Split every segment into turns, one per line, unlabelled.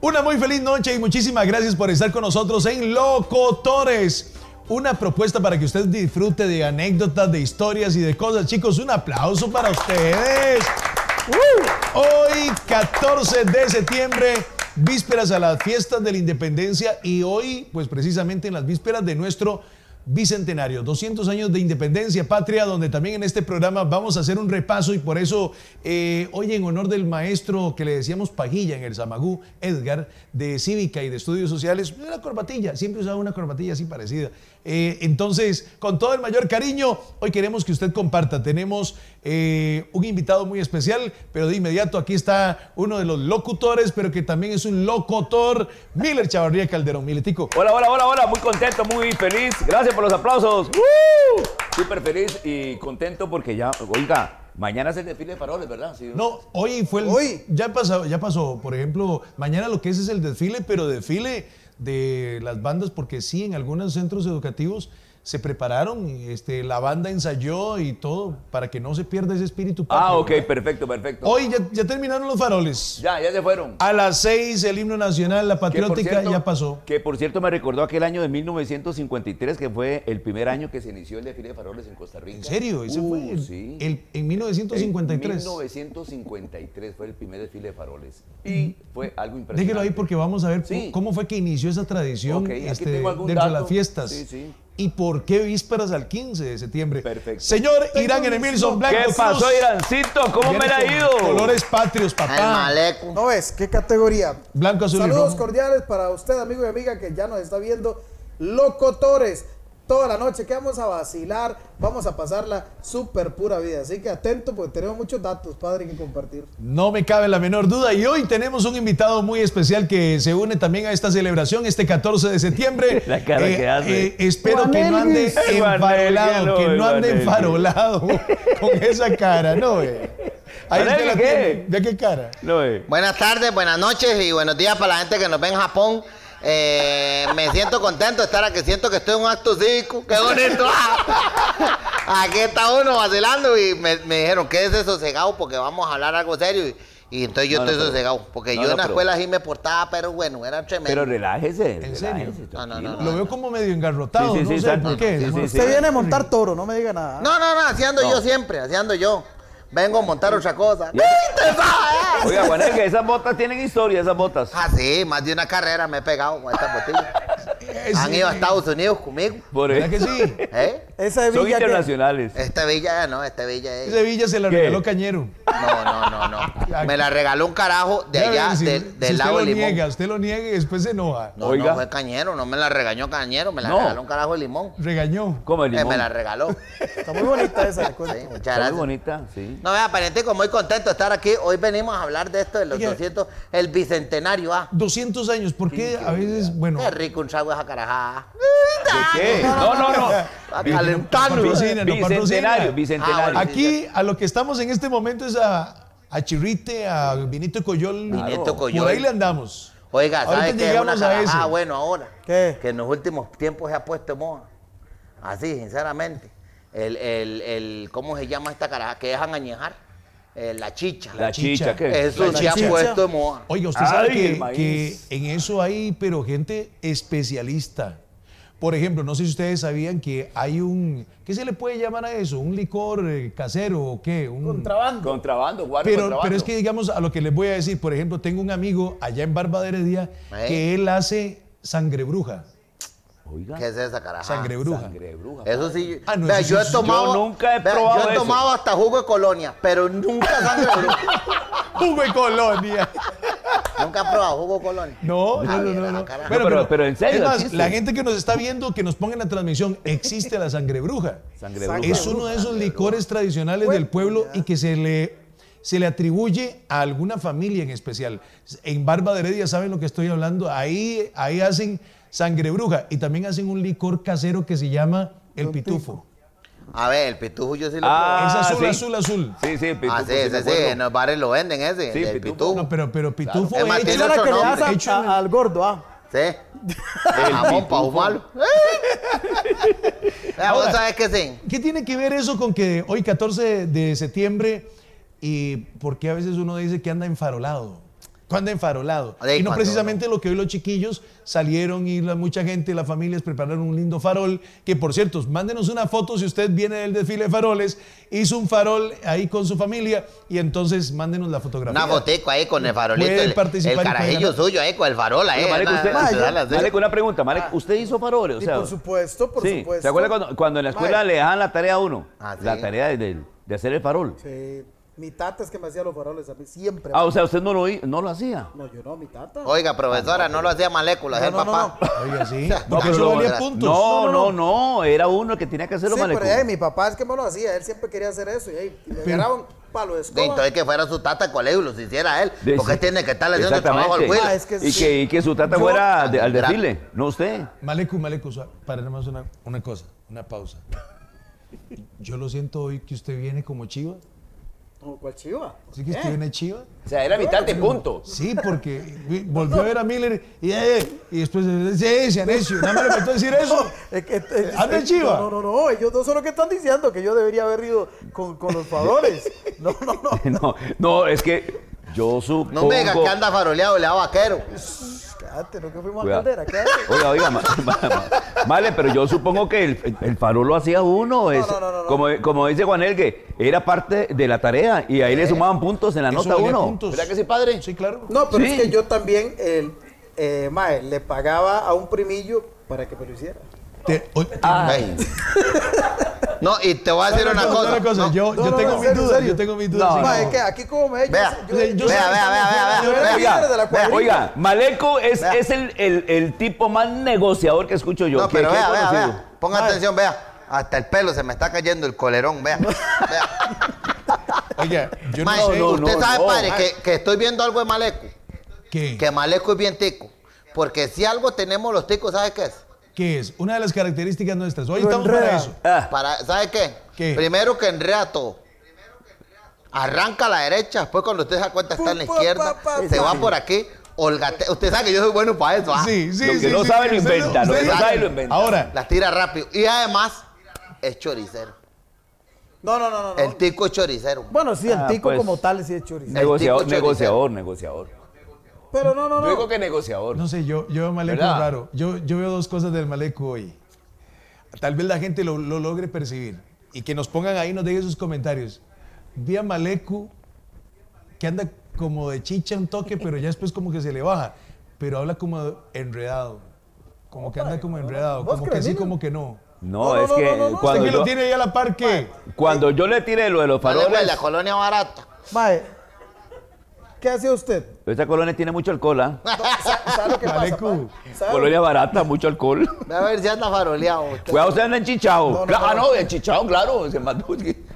Una muy feliz noche y muchísimas gracias por estar con nosotros en Locotores. Una propuesta para que usted disfrute de anécdotas, de historias y de cosas. Chicos, un aplauso para ustedes. Uh, hoy, 14 de septiembre, vísperas a las fiestas de la independencia y hoy, pues precisamente en las vísperas de nuestro bicentenario, 200 años de independencia patria, donde también en este programa vamos a hacer un repaso y por eso eh, hoy en honor del maestro que le decíamos Pajilla en el Samagú, Edgar, de Cívica y de Estudios Sociales, una corbatilla, siempre usaba una corbatilla así parecida. Eh, entonces, con todo el mayor cariño, hoy queremos que usted comparta. Tenemos eh, un invitado muy especial, pero de inmediato aquí está uno de los locutores, pero que también es un locutor, Miller Chavarría Calderón, Miletico.
Hola, hola, hola, hola, muy contento, muy feliz. Gracias por los aplausos. ¡Woo! Súper feliz y contento porque ya, oiga, mañana es el desfile de faroles, ¿verdad? Sí,
No, hoy fue el.
Hoy.
Ya pasó, ya pasó. Por ejemplo, mañana lo que es es el desfile, pero desfile de las bandas, porque sí, en algunos centros educativos se prepararon, este, la banda ensayó y todo, para que no se pierda ese espíritu.
Ah,
patrio,
ok,
¿verdad?
perfecto, perfecto.
Hoy ya, ya terminaron los faroles.
Ya, ya se fueron.
A las seis, el himno nacional, la
Que, por
patriótica,
cierto-
ya pasó.
Que por cierto me recordó aquel año de 1953, que fue el primer año que se inició el desfile de faroles en Costa Rica.
¿En serio? Ese
Uh,
fue el-
sí.
el- en
En
1953.
1953 fue el primer desfile de faroles. Y fue algo impresionante.
Mm. Déjelo ahí porque vamos a ver
Sí.
cu- cómo fue que inició esa tradición
Ok, aquí
este,
tengo algún
dentro de
dato.
las fiestas.
Sí, sí.
¿Y por qué vísperas al 15 de septiembre?
Perfecto.
Señor Irán Enemilson Blanco
¿Qué
Cruz,
pasó, Irancito? ¿Cómo
viene
me la ha
con
ido?
Colores patrios,
Al
Ah.
papá.
maleco.
No ves, qué categoría.
Blanco, azul y
Saludos
rojo.
cordiales para usted, amigo y amiga, que ya nos está viendo. Locotores, toda la noche que vamos a vacilar, vamos a pasarla super pura vida. Así que atento, porque tenemos muchos datos, padre, que compartir.
No me cabe la menor duda. Y hoy tenemos un invitado muy especial que se une también a esta celebración este 14 de septiembre. Eh,
La cara que hace.
espero
Juan
que no ande
Elvis. Juan
enfarolado,
Elvis,
que no
Juan
ande
Elvis.
enfarolado con esa cara, ¿no? eh? Ahí
Juan
usted la
Elvis, ¿qué?
tiene. ¿De qué cara?
No, eh.
Buenas tardes, buenas noches y buenos días para la gente que nos ve en Japón. Eh, me siento contento de estar aquí. Siento que estoy en un acto cívico. ¡Qué bonito! Aquí está uno vacilando y me, me dijeron, quédese sosegado porque vamos a hablar algo serio. Y, y entonces yo
No, no,
estoy
pero-
sosegado. Porque
no,
yo
no,
en la
pero-
escuela sí me portaba, pero bueno, era tremendo.
Pero relájese.
¿En serio?
relájese,
No, no, no,
tranquilo.
no.
Lo veo como medio engarrotado,
Sí, sí,
no
sí,
sé
exacto.
por qué.
Sí, sí, sí.
Usted viene a montar toro, no me diga nada.
No, no, no, así ando
No.
yo siempre, así ando yo. Vengo a montar otra cosa.
Ya.
¡Viste, pa!
Oiga, Juan, que esas botas tienen historia, esas botas.
Ah, sí, más de una carrera me he pegado con esta botella.
Eh,
Han
sí.
ido a Estados Unidos conmigo.
Por
¿Verdad que
eso.
sí?
¿Eh?
Esa
Son
villa que-
internacionales.
Esta villa, no, esta villa es.
Ese Villa se la
¿Qué?
regaló Cañero.
No, no, no, no. Me la regaló un carajo de
Ya
allá,
ven, si-
de-
si
del
usted
lago
lo
de Limón.
niega, usted lo niega y después se enoja.
No,
Oiga.
no fue cañero, no me la regañó cañero, me la
No.
regaló un carajo de limón.
Regañó.
Como el
Eh,
limón.
me la regaló.
Está muy bonita esa, le
Sí,
cuento.
Está
muchas
muy
gracias.
bonita, sí.
No, vea, parentico, muy contento de estar aquí. Hoy venimos a hablar de esto de los
Oye.
200, el bicentenario, ah.
200 años, ¿por qué a veces, bueno,
Qué rico un sago de ah. esa carajada.
¿De qué? No, no, no.
A calentarnos.
Patrocina, no patrocina.
Bicentenario,
Ah,
bicentenario.
bueno.
Aquí a lo que estamos en este momento es a, a Chirrite, a Vinito Coyol.
Vinito Coyol.
Por ahí le andamos.
Oiga,
Ahorita
¿sabes qué es una
llegamos a
carajada?
eso.
bueno ahora.
¿Qué?
Que en los últimos tiempos se ha puesto moda. Así, sinceramente. El, el, el, ¿cómo se llama esta carajada? Que dejan añejar. Eh, la chicha.
La chicha, ¿qué?
Eso
La
se ha
chicha.
puesto de moda.
Oiga, usted sabe
Ay, el
que,
maíz.
que en eso hay, pero gente especialista. Por ejemplo, no sé si ustedes sabían que hay un, ¿qué se le puede llamar a eso? ¿Un licor eh, casero o qué? Un,
Contrabando.
Contrabando, guarda
pero,
contrabando.
pero es que digamos a lo que les voy a decir, por ejemplo, tengo un amigo allá en Barba de Heredia
Eh.
que él hace sangre bruja,
Oiga,
¿Qué es esa carajada?
sangre bruja.
Ah, sangre bruja.
Eso sí.
Ah, no,
vea,
eso
yo
sí,
he
yo
tomado.
nunca he
vea,
probado
Yo he
eso.
tomado hasta jugo de colonia, pero nunca sangre bruja.
Jugo de colonia.
nunca he probado jugo de colonia.
No,
Ah,
no, no,
bien,
no,
a la
no.
caraja.
No, pero- pero en serio,
es más,
existe.
la gente que nos está viendo, que nos ponga en la transmisión, existe la sangre bruja.
Sangre
Sangre
bruja.
Es uno de esos licores tradicionales
Bueno,
del pueblo
ya.
y que se le, se le atribuye a alguna familia en especial. En Barba de Heredia, ¿saben lo que estoy hablando? Ahí, ahí hacen sangre bruja y también hacen un licor casero que se llama el pitufo.
A ver, el pitujo yo sí lo
Ah,
es azul,
sí.
azul, azul.
Sí, sí,
pruebo.
pitufo,
Ah, sí,
sí, me
ese sí,
acuerdo.
en los bares lo venden ese,
Sí,
el del
pitujo.
pitujo.
No, pero, pero pitufo
Claro. Es más,
hecho-
Esa
tiene
es la que le das
Nombre.
a-
hecho en-
a- al gordo, ah.
Sí. El jamón para fumarlo. Vea,
Ahora-
vos sabés que sí.
¿Qué tiene que ver eso con que hoy 14 de septiembre y por qué a veces uno dice que anda enfarolado? cuando enfarolado.
De
y no
cuando-
precisamente lo que hoy los chiquillos salieron y la, mucha gente, las familias prepararon un lindo farol, que por cierto, mándenos una foto si usted viene del desfile de faroles, hizo un farol ahí con su familia y entonces mándenos la fotografía.
Una fotico ahí con el farolito.
Puede
El, el
participar y puede
carajillo
ganar.
suyo ahí con el farol ahí.
Oiga, Malek,
una-
usted-
una-
Malek,
una- una-
Malek, una pregunta. Malek, ¿usted hizo faroles? O
Y
sea,
por supuesto, por
sí.
supuesto.
¿Se acuerda cuando, cuando en la escuela
Mae,
le dejaban la tarea a uno?
Ah, sí.
La tarea de, de- de hacer el farol.
Sí, mi tata es que me hacía los faroles a mí siempre.
Ah, o sea, usted no lo, hi- no lo hacía.
no, yo no, mi tata.
Oiga, profesora, no lo hacía malécula, es el
No, no, no,
papá.
Oiga, sí.
No,
Porque
pero
eso
lo-
valía puntos.
No, no, no, Era uno el que tenía que hacerlo,
sí,
Malek.
pero eh, mi papá es que me lo hacía, él siempre quería hacer eso. Y ahí, le
Pero-
agarraba un palo de
Sí,
escoba.
entonces que fuera su tata al colegio y los hiciera él.
De-
Porque
sí.
tiene que estar haciendo el trabajo al
Exactamente.
güey.
Ah, es que
y,
sí.
que, y que su tata
Yo-
fuera de- al
Gra-
desfile, no usted.
Malecu, Malecu, suave. para nada más una, una cosa, una pausa. Yo lo siento hoy que usted viene como chiva.
No, ¿Cuál chiva? Eh.
¿Sí que usted viene chiva?
O sea, era mitad de punto.
Sí, porque vi- volvió a ver a Miller y, eh, y después dice, eh, se necio, nada más le faltó decir eso.
Es que- es- es-
Ande
es-
chiva.
No, no, no, ellos dos son los que están diciendo que yo debería haber ido con, con los favores. No, no, no.
No, no, es que yo supongo...
No me digas que anda faroleado y le da vaquero.
Cállate, no que fuimos
Cuidado.
a caldera, cállate.
Oiga, oiga, ma- ma- ma- vale, pero yo supongo que el, el farol lo hacía uno. es-
no, no, no, no.
Como, como dice Juan Elgue, era parte de la tarea y
Eh,
ahí le sumaban puntos en la
Eso
nota
valía
uno.
puntos.
¿Verdad que sí, padre?
Sí, claro.
No, pero
Sí.
es que yo también, el, eh, mae, le pagaba a un primillo para que me lo hiciera.
Te- hoy-
Ay,
No, y te voy a decir
No, no,
una
no,
cosa.
una cosa,
no.
Yo,
No,
yo
no,
tengo
no, en
mis
serio, en
dudas,
serio.
yo tengo mis dudas.
No,
sí.
no,
Mae, es que aquí como me... yo-
Vea,
yo-
Ah, vea,
yo-
vea, vea, vea,
yo
vea,
era
vea.
líder de la cuadrilla.
oiga, Maleco es,
Vea.
es el, el- el tipo más negociador que escucho yo.
No,
que-
pero
que he
vea, vea,
conocido.
vea. Ponga atención, vea. Hasta el pelo se me está cayendo el colerón, vea. Vea.
Oiga, yo no
Mae,
sé
no,
usted
no,
sabe,
no.
padre, que, que estoy viendo algo de Maleco.
qué,
Que Maleco es bien tico. Porque si algo tenemos los ticos, ¿sabe qué es?
qué es. Una de las características nuestras. Hoy
Lo
estamos para
enreda.
eso.
Ah,
Para, ¿Sabe qué?
¿Qué?
Primero que enrea todo. Arranca a la derecha, después cuando usted se da cuenta está en la
Pum, pa,
izquierda,
pa, pa,
se va
pa.
por aquí, holgate. Usted sabe que yo soy bueno para eso, ¿ah?
Sí, sí,
Lo que
sí,
no
sí,
sabe
sí,
lo
usted
inventa, lo que
usted
no
sabe.
sabe lo inventa.
Ahora,
Las tira rápido. Y además, es choricero.
No, no, no, no. no.
El tico es choricero.
Bueno, sí, el
Ah,
tico
pues.
como tal sí es chorizo.
negociador,
tipo choricero.
negociador, negociador.
Pero no, no,
Yo digo
no.
que negociador.
No sé, yo, yo veo Maleco
¿Verdad?
raro. Yo, yo veo dos cosas del Maleco hoy. Tal vez la gente lo, lo logre percibir. Y que nos pongan ahí, nos dejen sus comentarios. Vi a Maleco que anda como de chicha un toque, pero ya después como que se le baja. Pero habla como enredado. Como que anda como enredado.
¿Vos
Como que
crees,
sí,
niño?
como que no.
No,
No, no,
es
no,
que
no, no, no.
cuando
Usted que lo
yo,
tiene ahí a la par que...
cuando yo le tiré lo de los
Maleco es
faroles,
pues, la colonia barata.
Mae, ¿qué hacía usted?
esta colonia tiene mucho alcohol, ¿ah?
¿Sabe lo que pasa?
Malecu.
mae? ¿Sabe?
Colonia barata, mucho alcohol.
Ve a ver si anda faroleado. usted.
Cuidado, usted anda enchichado.
no,
Claro, ah,
no.
no, enchichado, claro. se mandó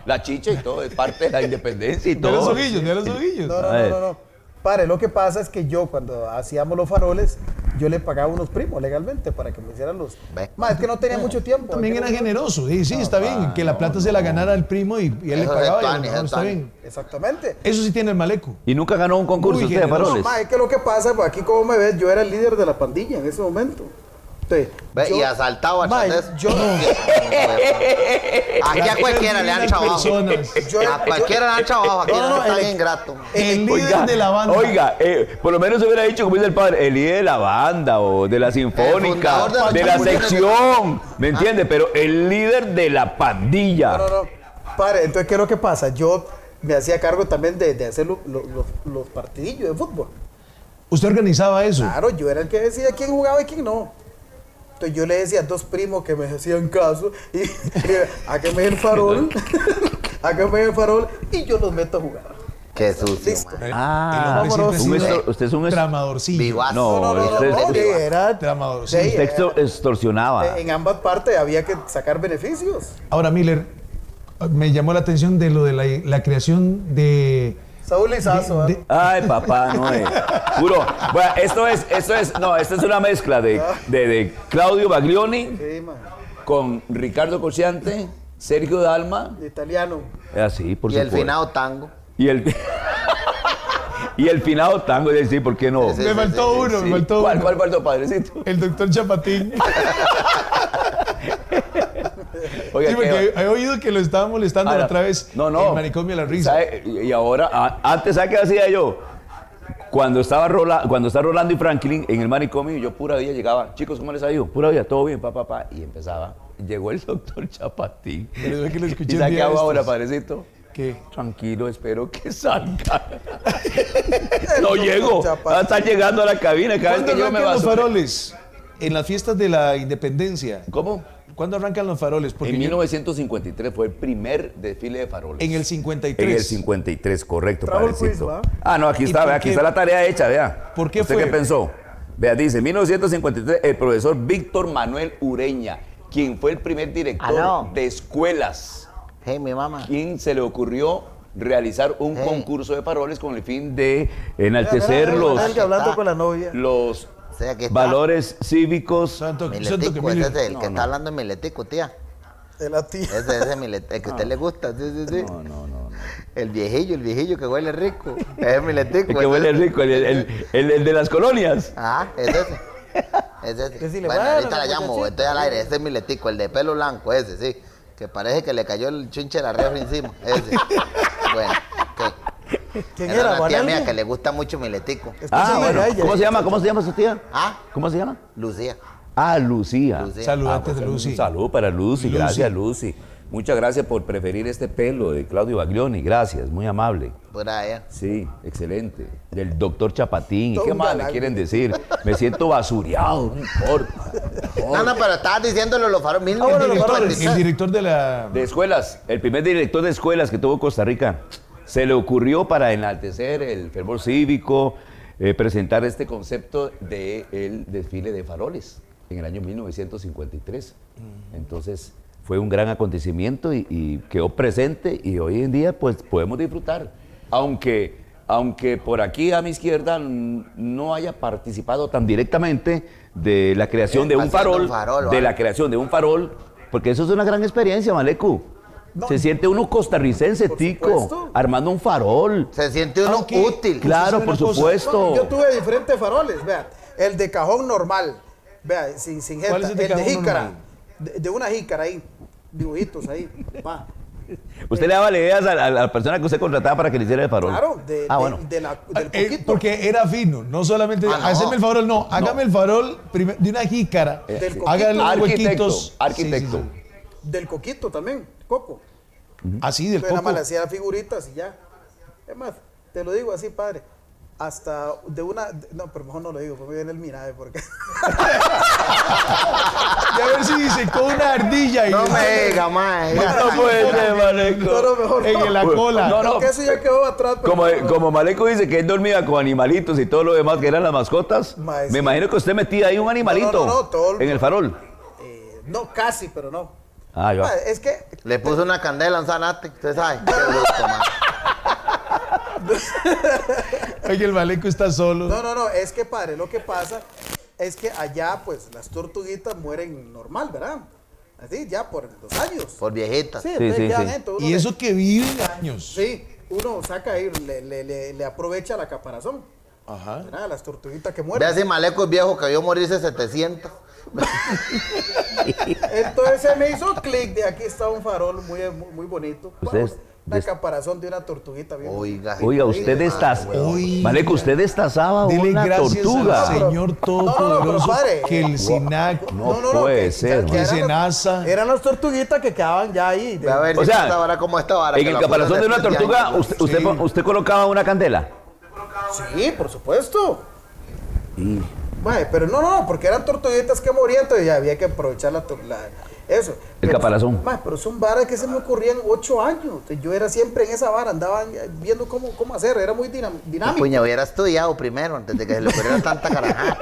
La chicha y todo, es parte de la independencia y
De los
todo.
ojillos, de los ojillos.
No, no, no, no, no. Pare, lo que pasa es que yo cuando hacíamos los faroles, yo le pagaba a unos primos legalmente para que me hicieran los.
Ve.
Más es que no tenía mucho tiempo.
También era
aquel momento.
generoso. Sí, sí, está bien. Que la plata se la ganara al primo y, y él le
Eso es
pagaba. y a lo
Tani, eso
mejor
es
está
Tani.
bien.
Exactamente.
Eso sí tiene el Maleco.
Y nunca ganó un concurso
Muy
usted de
generoso.
faroles.
Más es que lo que pasa, pues aquí como me ves, yo era el líder de la pandilla en ese momento. Entonces,
Ve,
yo-
y asaltado a
Mae, yo,
Aquí a cualquiera le han
Las
trabajo.
personas.
yo-
A cualquiera le han trabajo. Aquí
No, no,
no,
no,
están
el-
ingratos.
El líder de la banda.
Oiga, eh, por lo menos se hubiera dicho, como dice el padre, el líder de la banda o de la sinfónica,
fundador de los
de, la
Chapulines.
sección, ¿me entiende? Pero el líder de la pandilla.
No, no, no. Pare, entonces, ¿qué es lo que pasa? Yo me hacía cargo también de, de hacer lo- lo- los- los partidillos de fútbol.
Usted organizaba eso.
Ah,
Claro, yo era el que decía quién jugaba y quién no. Entonces yo le decía a dos primos que me hacían caso y a que me den el farol, a que me den el farol y yo los meto a jugar.
Qué sucio,
Listo.
man.
El-
Ah,
el hombre
un
siempre ha sido
estro- usted es un es-
tramadorcillo.
Vivazo.
No, este usted-
no,
usted-
que era
Tramadorcillo.
Sí,
usted extor- extorsionaba.
eh, en ambas partes había que sacar beneficios.
Ahora, Miller, me llamó la atención de lo de la, la creación de...
Saúl Lizazo,
de-
¿eh?
Ay, papá, no es. Puro. Bueno, esto es, esto es, no, esto es una mezcla de, de, de Claudio Baglioni
Sí, man.
con Ricardo Cociante, Sergio Dalma.
Italiano.
Así, por
Y el
supuesto.
finado tango.
Y el, y el finado tango, es decir, ¿por qué no?
Sí,
me faltó
sí,
uno,
Sí.
me faltó
¿Cuál,
uno.
cuál faltó, padrecito?
El doctor Chapatín.
Oiga,
Sí, porque he, he oído que lo estaba molestando la
ahora-
otra vez.
No, no.
El manicomio de la risa.
¿Sabe? Y y ahora, a- antes, ¿sabes qué hacía yo? cuando estaba Rola- cuando está Rolando y Franklin en el manicomio, yo pura vida llegaba, chicos, ¿cómo les ha ido? Pura vida, todo bien, papá, papá. y empezaba. Llegó el doctor Chapatín.
Pero es que lo escuché
¿Y
un día
sabe qué
de
hago
estos.
ahora, padrecito?
¿Qué?
Tranquilo, espero que salga. no llego.
Chapatín.
Va a estar llegando a la cabina cada vez
¿Cuándo
que yo me
arrancan los
baso.
faroles? En las fiestas de la independencia.
¿Cómo?
¿Cuándo arrancan los faroles? Porque
en
yo-
1953 fue el primer desfile de faroles.
en el 53.
En el 53, correcto,
Trajo el
padrecito.
quiz, ¿va?
Ah, no, aquí
¿Y
está,
por
vea,
qué?
aquí está la tarea hecha, vea.
¿Por qué
¿Usted
fue?
qué pensó? Vea, dice, 1953, el profesor Víctor Manuel Ureña, quien fue el primer director
Aló.
de escuelas,
Hey, mi mamá.
quien se le ocurrió realizar un
Hey.
concurso de faroles con el fin de enaltecer
Mira, mira, mira,
los,
Ángel hablando con la novia.
los
Sí, aquí está.
valores cívicos.
Santo, santo que
Miletico,
mil-
ese es el
No,
que
no.
está hablando en Miletico, tía.
De la tía.
Ese ese es Miletico, el que a usted le gusta. Sí, sí, sí.
No, no, no.
El viejillo, el viejillo que huele rico. Ese es Miletico.
El que
ese-
huele rico, el, el- el- el de las colonias.
Ah, es ese. Es ese.
Decile,
bueno,
bueno,
ahorita la llamo,
muchachito.
estoy al aire. Ese es Miletico, el de pelo blanco, ese, sí. Que parece que le cayó el chinche de la refri encima. Ese. bueno, que-
¿Quién era,
una tía
Vanelli?
mía que le gusta mucho Miletico.
Es-
Ah,
Sí,
bueno.
ella, ella.
¿Cómo se llama? ¿Cómo se llama su tía?
Ah,
¿Cómo se llama?
Lucía.
Ah, Lucía.
Lucía.
Ah,
Saludate
pues,
de
un
Lucy.
Salud para Lucy.
Lucy.
Gracias, Lucy. Muchas gracias por preferir este pelo de Claudio Baglioni. Gracias, muy amable.
Pura ella.
Sí, excelente. Del doctor Chapatín. ¿Y
Todo
qué
un
más me
galán.
quieren decir? Me siento basureado, no importa. Oh.
No, no, pero estabas diciéndolo los faros.
Ah,
Mil,
El
mil-
director,
mil-
el director de la.
De escuelas, el primer director de escuelas que tuvo Costa Rica, se le ocurrió para enaltecer el fervor cívico, eh, presentar este concepto del desfile de faroles en el año 1953.
Mm.
Entonces, fue un gran acontecimiento y, y quedó presente y hoy en día pues podemos disfrutar. Aunque, aunque por aquí a mi izquierda n- no haya participado tan directamente de la creación de un
Eh, Haciendo
farol,
un farol,
de
¿vale?
la creación de un farol, porque eso es una gran experiencia, Malecu.
No.
Se siente uno costarricense, tico,
supuesto.
armando un farol.
Se siente uno
Aunque-
útil.
Claro,
una
por
cosa.
supuesto.
Yo tuve diferentes faroles, vea. El de cajón normal, vea, sin, sin jeta.
¿Cuál es el de
el de
cajón
jícara.
normal?
De, de una jícara ahí. Dibujitos ahí. Pa.
Usted le daba ideas a, a la persona que usted contrataba para que le hiciera el farol.
Claro, de,
ah,
de-
bueno.
de la,
Ah,
del
eh,
poquito.
porque era fino, no solamente
Ah, no.
hacerme el farol, no, hágame el farol prime- de una jícara,
Del
eh,
coquito.
hágale los
Arquitecto,
huequitos.
arquitecto.
Sí, sí,
Del coquito también, coco.
sí. Así del
Yo nada
coco.
más le hacía figuritas y ya. Es más, te lo digo así, padre. Hasta de una. de- No, pero mejor no lo digo, porque me viene el miraje. Porque...
Y a ver si disecó una ardilla y
No me diga, mae. Ya está.
Maleco.
No, no, mejor no.
en la cola.
No, no.
Creo que eso ya quedó atrás. pero
Como,
no, no.
como Maleco dice que él dormía con animalitos y todo lo demás que eran las mascotas,
Mae, sí.
me imagino que usted metía ahí un animalito
no, no, todo el-
en el farol.
Eh, no, casi, pero no.
Ah, yo.
Ah, es que
Le puso una candela a un zanate. Usted sabe. Qué bruto, mae.
Oye, el maleco está solo.
No, no, no, es que padre, lo que pasa es que allá pues las tortuguitas mueren normal, ¿verdad? Así, ya por los años.
Por viejita.
Sí,
Sí,
entonces
sí,
ya
sí.
adentro uno
y
le-
eso que viven años.
Sí, uno saca ahí, le, le- le- le aprovecha la caparazón,
Ajá.
¿verdad? Las tortuguitas que
Vea
mueren.
si Maleco es viejo que vio morirse 700.
Entonces se me hizo clic de aquí está un farol muy, muy muy bonito.
Ustedes-
la
Pues des-
caparazón de una tortuguita bien.
Oiga.
Oiga,
Oiga,
usted destazaba.
bueno. Oiga.
Maleco, usted destazaba
Dile
una
gracias
tortuga.
al Señor
No, no,
Todopoderoso
no, pero pare.
que el SINAC
No puede ser,
eran
man.
las-
Dice NASA.
Eran las tortuguitas que quedaban ya ahí. de-
Ve a ver
O
si
sea,
esta vara como esta vara.
En
que
el
la puso
caparazón de una
hace 100
tortuga,
años.
usted, usted,
Sí.
po- usted colocaba una candela.
Sí, por supuesto. Mae, pero no, no, porque eran tortuguitas que morían, entonces ya había que aprovechar la, tor- la- eso. Pero-
caparazón.
Mae, pero son varas que se me ocurrían ocho años. Entonces, Yo era siempre en esa vara, andaba viendo cómo, cómo hacer, era muy dinam- dinámico.
Puña, hubiera estudiado primero antes de que se le ocurriera tanta carajada.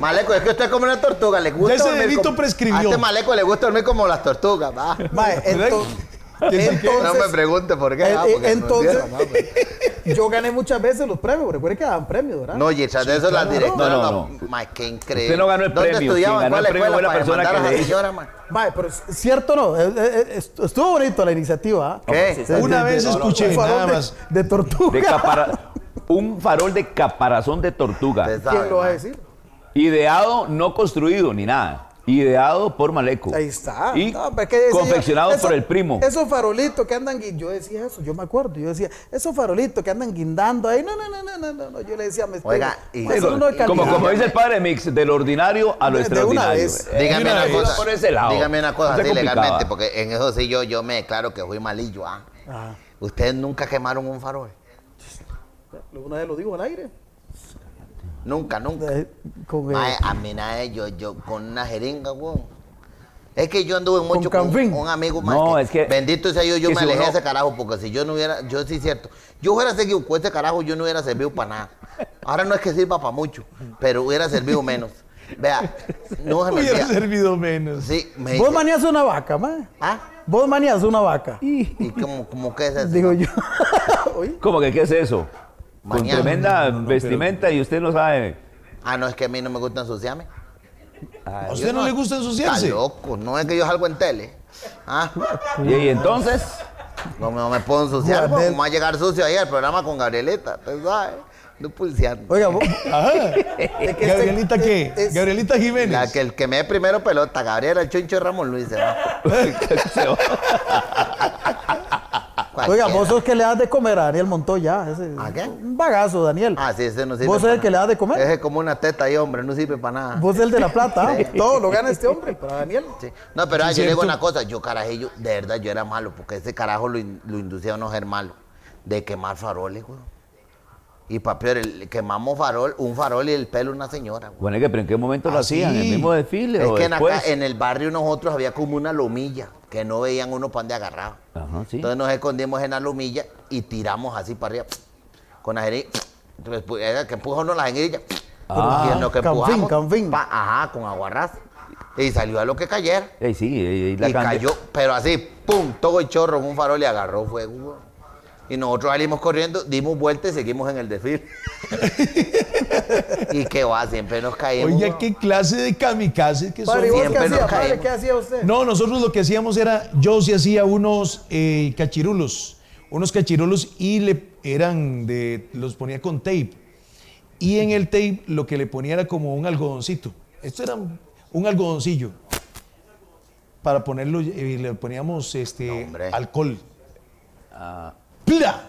Maleco, es que usted come una tortuga, le
Ya
gusta
ese
dormir
delito
como-
prescribió.
A este Maleco le gusta dormir como las tortugas, va.
Mae, ento-
Desde que-
no me
entonces,
pregunte por qué.
Eh,
va,
eh,
porque me
entonces-
olvido, va, pues.
yo gané muchas veces los premios, recuerden que daban premios, ¿verdad?
No, y tras de eso las directoras.
No, no,
No,
no.
Mae, qué increíble.
Usted no ganó el
¿Dónde
premio,
estudiaban?
quien ganó
¿Cuál
el premio
escuela
fue la
para
persona
demandar
que
a
le
la
hizo.
señora, mae?
Mae, pero es cierto no, Eh, eh, eh, est- estuvo bonito la iniciativa. ¿ah?
¿Qué?
Sí,
Una vez escuché,
un farol
nada
de-
más.
De, tortuga.
De capara- un farol de caparazón de tortuga.
Pues,
Usted sabe,
¿Quién lo va a
mae.
decir?
Ideado, no construido, ni nada. Ideado por Maleco.
Ahí está.
Y
No, pero es que decía yo,
confeccionado
eso-
por el primo.
Esos farolitos que andan guindando. Yo decía eso, yo me acuerdo. Yo decía, esos farolitos que andan guindando ahí. No, no, no, no, no, no, no. Yo le decía, me estoy-
Oiga, y-
pues, uno de
como,
calidad.
como dice el padre Mix, del ordinario a lo
De- de una
extraordinario.
vez.
Eh,
Dígame
mira,
una
yo
cosa.
por ese lado.
Dígame una cosa
No se
así
complicaba.
legalmente, porque en eso sí yo, yo me declaro que fui malillo. ¿ah?
Ajá.
Ustedes nunca quemaron un farol.
Una vez lo digo al aire.
Nunca, nunca.
Eh, Con, eh,
Mae, a mí nada, yo, yo con una jeringa, weón. Es que yo anduve mucho con,
Canfín?
un amigo más.
No, es que-
Bendito sea yo, yo
que
me
si
alejé de
uno-
ese carajo, porque si yo no hubiera, yo sí es cierto. Yo hubiera seguido con ese carajo, yo no hubiera servido para nada. Ahora no es que sirva para mucho, pero hubiera servido menos. Vea, no se me
Hubiera
olvida.
servido menos.
Sí, me
Vos
dice-
manías una vaca, mae.
¿Ah?
Vos manías una vaca.
¿Y cómo, cómo que es eso?
Digo yo. Oye,
¿Cómo que qué es eso? Con
Mañana.
tremenda vestimenta y usted no sabe.
Ah, no, es que a mí no me gusta ensuciarme.
¿A usted no le gusta
Está
ensuciarse?
loco, no es que yo salgo en tele. Ah,
Y, y entonces,
no, me- no me puedo ensuciar,
Guardel.
como va a llegar sucio ahí al programa con Gabrielita, ¿tú sabes? No pulseando.
oiga, vos-
Ajá. ¿Gabrielita qué?
es-
¿Gabrielita Jiménez?
La que el que me dé primero pelota, Gabriela, el choncho de Ramón Luis. se va.
oiga,
Ah, Cualquiera.
vos sos que le das de comer a Daniel Montoya. Ese,
¿A qué?
Un bagazo, Daniel.
Ah, sí, ese no sirve.
¿Vos sos
para
el que le
nada.
das de comer?
Ese es como una teta ahí, hombre, no sirve para nada.
Vos el de la plata. ¿ah? Todo lo gana este hombre, para Daniel.
Sí. No, pero ah, yo le digo
cierto.
una cosa, yo carajillo, de verdad yo era malo, porque ese carajo lo, in- lo inducía a no ser malo, de quemar faroles, güey. Y para peor, el- quemamos farol, un farol y el pelo una señora, güey.
bueno, es que, pero ¿en qué momento lo
Ah,
hacían? ¿En
sí.
el mismo desfile
Es
o
que en,
después?
acá, en el barrio nosotros había como una lomilla, que no veían uno pan de agarrado.
Ajá, sí.
Entonces nos escondimos en la lomilla y tiramos así para arriba, con la jeringa, entonces, pues, era que empuja uno la jeringa,
Ah.
y en lo que
Canfín,
empujamos,
canfín.
pa, ajá, con aguarrás, y salió a lo que cayera.
Ey, sí, ey, ey, la
y
cande-
cayó, pero así, pum, todo el chorro en un farol y agarró fuego. güey. Y nosotros salimos corriendo, dimos vuelta y seguimos en el desfile. y que va, siempre nos caímos.
Oye,
güey.
qué clase de kamikazes que son.
Padre, ¿y vos qué
Siempre nos
hacía? Padre,
caemos.
¿qué hacía usted?
No, nosotros lo que hacíamos era, yo sí hacía unos eh, cachirulos, unos cachirulos y le eran de, los ponía con tape. Y en el tape lo que le ponía era como un algodoncito. Esto era un un algodoncillo para ponerlo y le poníamos este
hombre.
alcohol.
Ah.
¡Pla!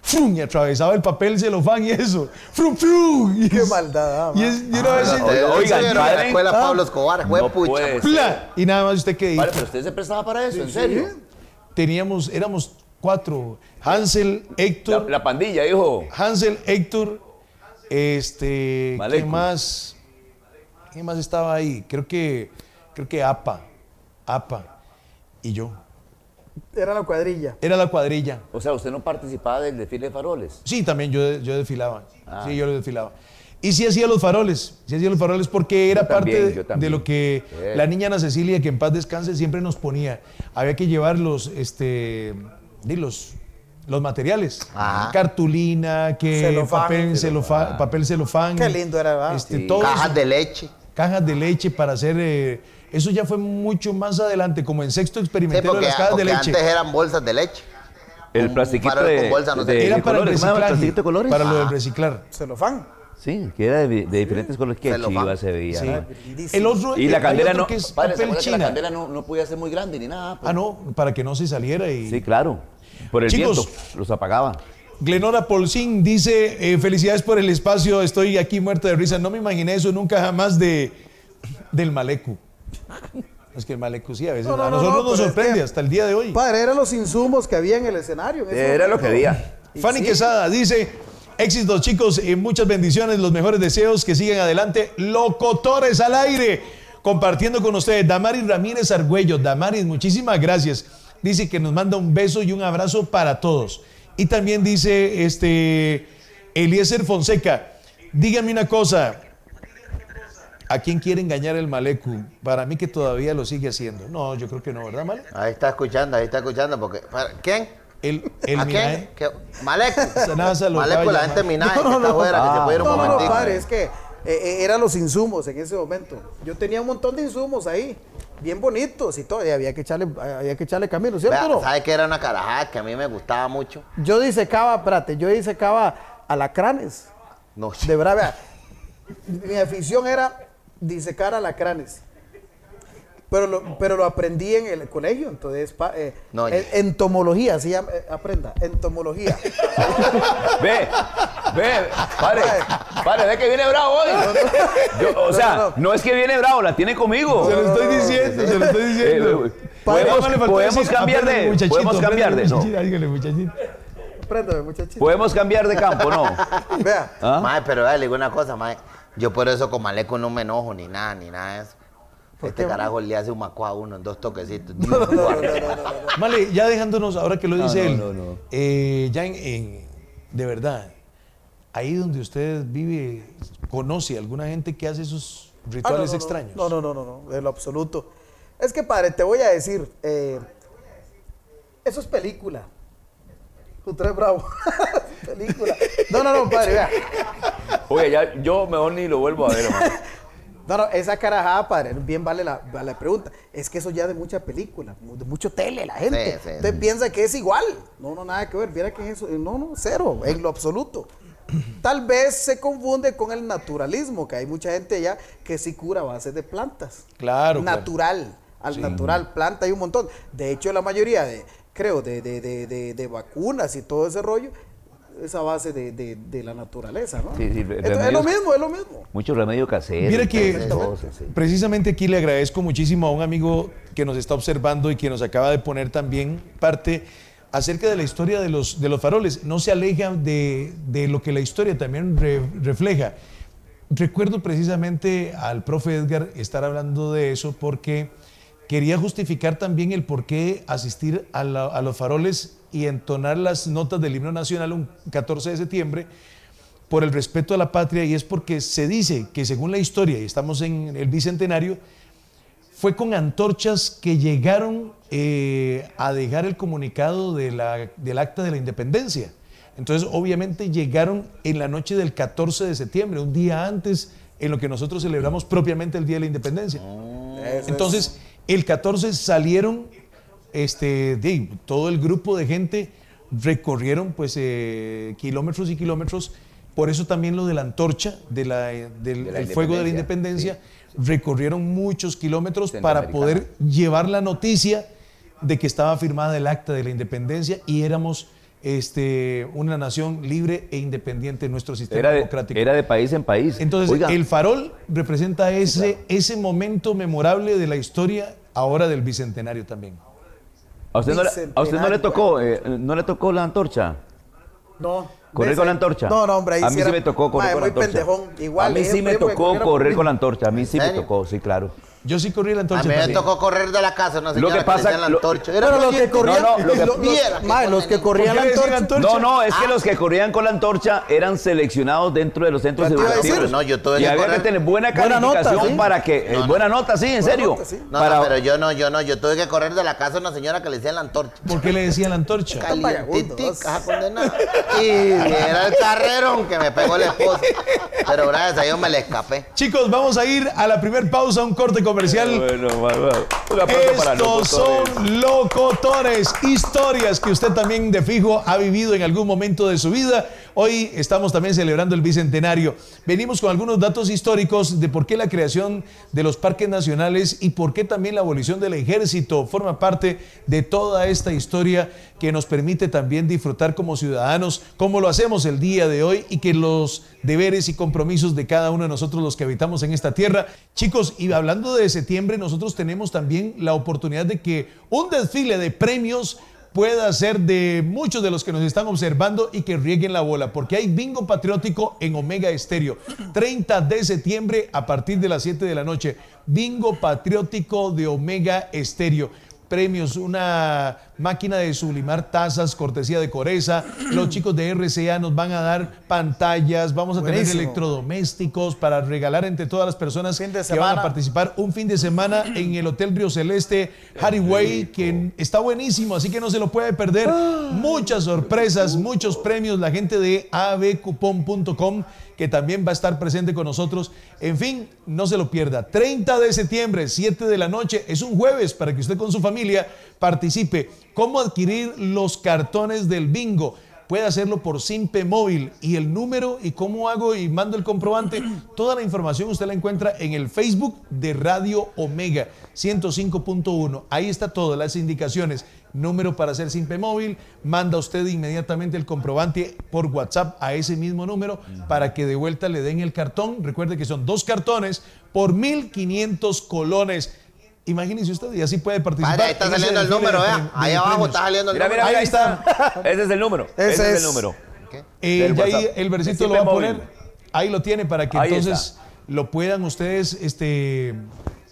¡Frum! Y atravesaba el papel celofán y eso. ¡Frum, frum! Y
Qué
es-
maldad,
Y,
ah,
es- y una vez...
no, oiga,
Oigan,
oigan,
la
padre.
escuela Pablo Escobar, fue
No
pucha.
puede ser.
¡Pla! Y nada más usted que...
Padre, pero usted se prestaba para eso, ¿en serio?
teníamos, éramos cuatro. Hansel,
La,
Héctor,
la pandilla, hijo.
Hansel, Héctor, este, ¿qué
Maleco.
más? ¿Qué más estaba ahí? Creo que, creo que Apa, Apa y yo.
Era la cuadrilla.
Era la cuadrilla.
O sea, usted no participaba del desfile de faroles.
Sí, también yo, yo desfilaba. Sí, yo desfilaba. Y sí hacía los faroles, sí hacía los faroles porque era
también,
parte de-
yo
de,
también.
lo que
Eh.
la niña Ana Cecilia, que en paz descanse, siempre nos ponía. Había que llevar los, este, di, los, los materiales.
Ajá.
Cartulina, que
Celofán.
papel, celofán. papel celofán.
Qué lindo era, ¿verdad?
Este,
Sí.
todo
Cajas
eso.
de leche.
cajas de leche para hacer... eh, eso ya fue mucho más adelante, como en sexto
Sí,
experimenté lo de
porque,
las cajas de
porque
leche.
antes eran bolsas de leche.
El
Un
plastiquito
farol
de,
con bolsa, no sé
de-
qué.
Era
de
para el
colores, ¿cómo se
reciclaje,
llama? ¿El plastiguito de colores?
para lo de
Ah.
reciclar.
Celofán.
Sí, que era de, de diferentes colores. Qué
Se lo
chiva
van.
se veía.
Sí.
¿no?
El otro,
Ah, Y
eh,
la
hay
candela
otro
no,
que es
padre, ¿se
papel
acuerda que la
china.
candela no, no podía ser muy grande ni nada. pues?
Ah, no, para que no se saliera y.
Sí, claro. Por el
Chicos.
viento los apagaba.
Glenora Polsín dice: eh, Felicidades por el espacio, estoy aquí muerta de risa. No me imaginé eso nunca jamás de del Malecu. Es que el Malecu sí, a veces
No, no,
a
no,
nosotros
no,
nos
pero es
sorprende
que-
hasta el día de hoy.
Padre, eran los insumos que había en el escenario. en ese
Era lo que
momento.
había.
Fanny Quesada dice: Éxitos, chicos, eh, muchas bendiciones, los mejores deseos, que sigan adelante. Locotores al aire, compartiendo con ustedes. Damaris Ramírez Argüello, Damaris, muchísimas gracias. Dice que nos manda un beso y un abrazo para todos. Y también dice este Eliezer Fonseca: Dígame una cosa. ¿A quién quiere engañar el Malecu? Para mí que todavía lo sigue haciendo. No, yo creo que no, ¿verdad, Male?
Ahí está escuchando, ahí está escuchando. porque para- ¿Quién?
El, el
¿A
Minae.
quién? ¿Qué? Maleco.
nada, se lo
Maleco,
acaba de
la gente
llamar.
minae
No, no,
que está
no.
afuera, que se puede ir un
No, no, no,
momentico.
padre, es que eh, eh, eran los insumos en ese momento. Yo tenía un montón de insumos ahí, bien bonitos y todo, y había que echarle, había que echarle camino, ¿cierto?
Vea,
no?
¿Sabe que era una carajada que a mí me gustaba mucho?
Yo disecaba, espérate, yo disecaba alacranes.
No,
De verdad, vea, mi afición era disecar alacranes. Pero lo, pero lo aprendí en el colegio, entonces pa- eh,
No,
eh,
ya.
entomología, se llama, eh, aprenda, entomología.
Ve, ve, pare, pare, ve que viene bravo hoy. Yo, o sea,
No,
no,
no, no.
es que viene bravo, la tiene conmigo.
Se lo estoy diciendo, se lo estoy diciendo.
Eh, podemos-
Nada más le faltó
podemos
decir,
cambiar
"Apréndale,
de-
muchachito,
podemos cambiar
apréndale,
de- no.
muchachito, dígale, muchachito.
Apréndame, muchachito.
Podemos cambiar de campo, ¿no?
Vea,
¿Ah?
Mae, pero dale, una cosa, mae. Yo por eso con Maleco no me enojo ni nada, ni nada de eso. Este carajo le hace un maco a uno en dos toquecitos.
Vale, ya dejándonos, ahora que lo dice
no,
él,
no, no.
eh, ya en, en- de verdad, ahí donde usted vive, conoce alguna gente que hace esos
Ah, no,
rituales
no, no,
extraños.
No, no, no, no, no, en lo absoluto. Es que, padre, te voy a decir, eh, eso es película. Tú eres bravo. película. No, no, no, padre, vea.
Oye, ya yo mejor ni lo vuelvo a ver, hermano.
No, no, esa carajada, padre, bien vale la, vale la pregunta. Es que eso ya de mucha película, mu- de mucho tele, la gente.
Sí, sí,
Usted
sí.
piensa que es igual. No, no, nada que ver. Viera que es eso. No, no, cero, en lo absoluto. Tal vez se confunde con el naturalismo, que hay mucha gente ya que sí cura a base de plantas.
Claro, claro.
Natural, al natural, planta, hay un montón. De hecho, la mayoría de, creo, de, de, de, de- de vacunas y todo ese rollo, esa base de, de- de la naturaleza, ¿no?
Sí, sí,
Entonces, es lo
remedios-
mismo, es lo mismo.
Mucho remedio casero.
Mira
y
que
tantas cosas, sí.
precisamente aquí le agradezco muchísimo a un amigo que nos está observando y que nos acaba de poner también parte acerca de la historia de los, de los faroles. No se aleja de, de lo que la historia también re- refleja. Recuerdo precisamente al profe Edgar estar hablando de eso porque quería justificar también el por qué asistir a, la- a los faroles y entonar las notas del himno nacional un 14 de septiembre por el respeto a la patria y es porque se dice que según la historia, y estamos en el Bicentenario, fue con antorchas que llegaron eh, a dejar el comunicado de la- del acta de la independencia. Entonces, obviamente llegaron en la noche del 14 de septiembre, un día antes en lo que nosotros celebramos propiamente el Día de la Independencia. Entonces, el 14 salieron, este, de, todo el grupo de gente recorrieron pues eh, kilómetros y kilómetros. Por eso también lo de la antorcha, de la, eh, del
De la
el fuego de la
independencia,
independencia, recorrieron muchos kilómetros para
Centroamericana.
poder llevar la noticia de que estaba firmada el acta de la independencia y éramos este, una nación libre e independiente en nuestro sistema
Era de,
democrático.
era de país en país.
Entonces,
Oiga,
el farol representa ese, ese momento memorable de la historia ahora del Bicentenario también.
¿a usted, no le, a usted no le
Bicentenario.
tocó, eh, no le tocó la antorcha?
No.
¿Correr
¿Ves?
con la antorcha?
No, no, hombre, ahí
A mí sí
era-
me tocó correr
Mae,
con la
muy
antorcha.
pendejón. Igual,
a mí
es
sí me
primo de
tocó
cualquiera
correr
por-
con la antorcha. A mí sí me
serio?
tocó, sí, claro.
Yo sí corrí la
A
antorcha
mí me
también.
tocó correr de la casa, no sé
Lo que pasa-
la
lo-
antorcha. Era
Pero los que
oyente.
corrían,
No, no, lo que-
los,
Viera,
los, mae, los que
¿por qué
corrían la
decir
antorcha.
antorcha?
No, no, es que los que corrían con la antorcha eran seleccionados dentro de los centros
Ya te iba a
educativos.
decir.
No, yo todo
y
el día
había que
correr.
tener buena
Buena nota,
calificación
sí.
para que. eh, buena nota, sí, en serio.
nota, sí.
No,
Para-
no, pero yo no, yo no, yo tuve que correr de la casa a una señora que le decían la antorcha.
¿Por qué le decían la antorcha?
vagabundo, vos.
Calientica, condenada. Y era el carrerón que me pegó el esposo. Pero gracias a Dios me le escapé.
Chicos, vamos a ir a la primer pausa, un corte comercial.
Bueno, bueno, bueno. Un aplauso para
Estos
locutores.
son locotores, historias que usted también de fijo ha vivido en algún momento de su vida. Hoy estamos también celebrando el Bicentenario. Venimos con algunos datos históricos de por qué la creación de los parques nacionales y por qué también la abolición del ejército forma parte de toda esta historia que nos permite también disfrutar como ciudadanos, como lo hacemos el día de hoy y que los deberes y compromisos de cada uno de nosotros los que habitamos en esta tierra. Chicos, y hablando de septiembre, nosotros tenemos también la oportunidad de que un desfile de premios pueda ser de muchos de los que nos están observando y que rieguen la bola, porque hay bingo patriótico en Omega Estéreo, 30 de septiembre a partir de las 7 de la noche, bingo patriótico de Omega Estéreo premios, una máquina de sublimar tazas, cortesía de Coreza. Los chicos de RCA nos van a dar pantallas, vamos a
Buenísimo.
tener electrodomésticos para regalar entre todas las personas
Fin de
que van
semana.
a participar un fin de semana en el Hotel Río Celeste, Hariway, que está buenísimo, así que no se lo puede perder.
Ah.
Muchas sorpresas, muchos premios, la gente de abcupon.com que también va a estar presente con nosotros. En fin, no se lo pierda. 30 de septiembre, 7 de la noche, es un jueves para que usted con su familia participe. ¿Cómo adquirir los cartones del bingo? puede hacerlo por Simpe Móvil y el número y cómo hago y mando el comprobante. Toda la información usted la encuentra en el Facebook de Radio Omega 105.1. Ahí está todas las indicaciones. Número para hacer Simpe Móvil, manda usted inmediatamente el comprobante por WhatsApp a ese mismo número para que de vuelta le den el cartón. Recuerde que son dos cartones por 1.500 colones. Imagínese usted, y así puede participar.
Padre, ahí está
en ese
saliendo el
desfile
número,
de
vea.
pre-
Ahí
de
abajo
premios.
está saliendo el
Mira, mira,
número.
Ahí
mira, ahí
está.
está. Ese es el número. Ese,
Ese
es.
es.
el número.
Eh,
Del
ya ahí
WhatsApp.
el versito
Simpe
lo va a
Móvil.
poner. Ahí lo tiene para que
Ahí
entonces
está.
lo puedan ustedes este,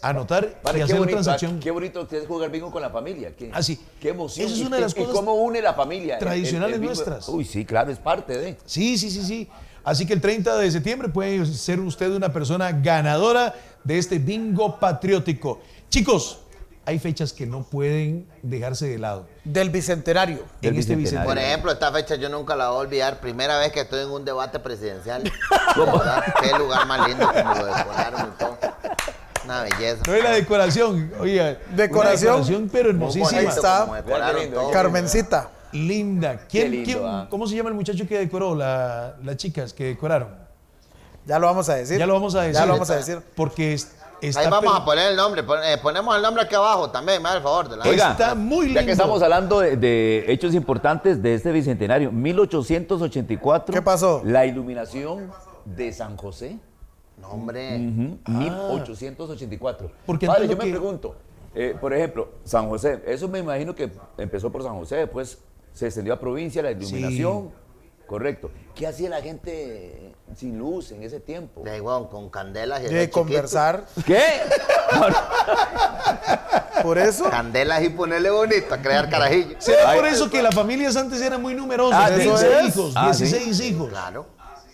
anotar
Padre,
y
qué
hacer la
bonito, ah,
transacción.
qué bonito que es jugar bingo con la familia. Qué,
Ah, sí.
Qué emoción.
Esa es
Y-
una de las
y- y
cosas
cómo une la familia. el- el- el
tradicionales
bingo.
nuestras.
Uy, sí, claro, es parte de.
Sí, sí, sí, sí. Así que el 30 de septiembre puede ser usted una persona ganadora de este bingo patriótico. Chicos, hay fechas que no pueden dejarse de lado.
Del bicentenario.
Del
en este
bicentenario.
Por
bicentenario.
ejemplo, esta fecha yo nunca la voy a olvidar. Primera vez que estoy en un debate presidencial. ¿Verdad? Qué lugar más lindo como lo decoraron y todo. Una belleza.
No es la decoración, oiga.
Decoración.
una decoración, pero
Muy bonito
hermosísima.
está.
como decoraron todo.
Carmencita.
Linda. ¿Quién,
lindo,
quién-
ah.
¿Cómo se llama el muchacho que decoró? La- las chicas que decoraron.
Ya lo vamos a decir.
Ya lo vamos a decir.
Ya lo vamos a decir.
Porque es- está,
Ahí vamos
pero-
a poner el nombre. Pon- eh, ponemos el nombre aquí abajo también, me da el favor. De la
Oiga,
está muy lindo.
Ya que estamos hablando de, de hechos importantes de este bicentenario, 1884.
¿Qué pasó?
La iluminación de San José.
No, hombre.
Ujú, 1884.
Porque
Padre,
entiendo
yo
que-
me pregunto, eh, por ejemplo, San José, eso me imagino que empezó por San José, después se extendió a provincia la iluminación. Correcto. ¿Qué hacía la gente sin luz en ese tiempo?
De ahí, weón, con candelas y
De
de
conversar.
¿Qué?
Por eso.
Candelas y ponerle bonito a crear carajillos.
¿Será
Ay.
por eso que las familias antes eran muy numerosas?
Ah,
eso
15
es.
hijos,
Ah, sí.
16 hijos.
Claro,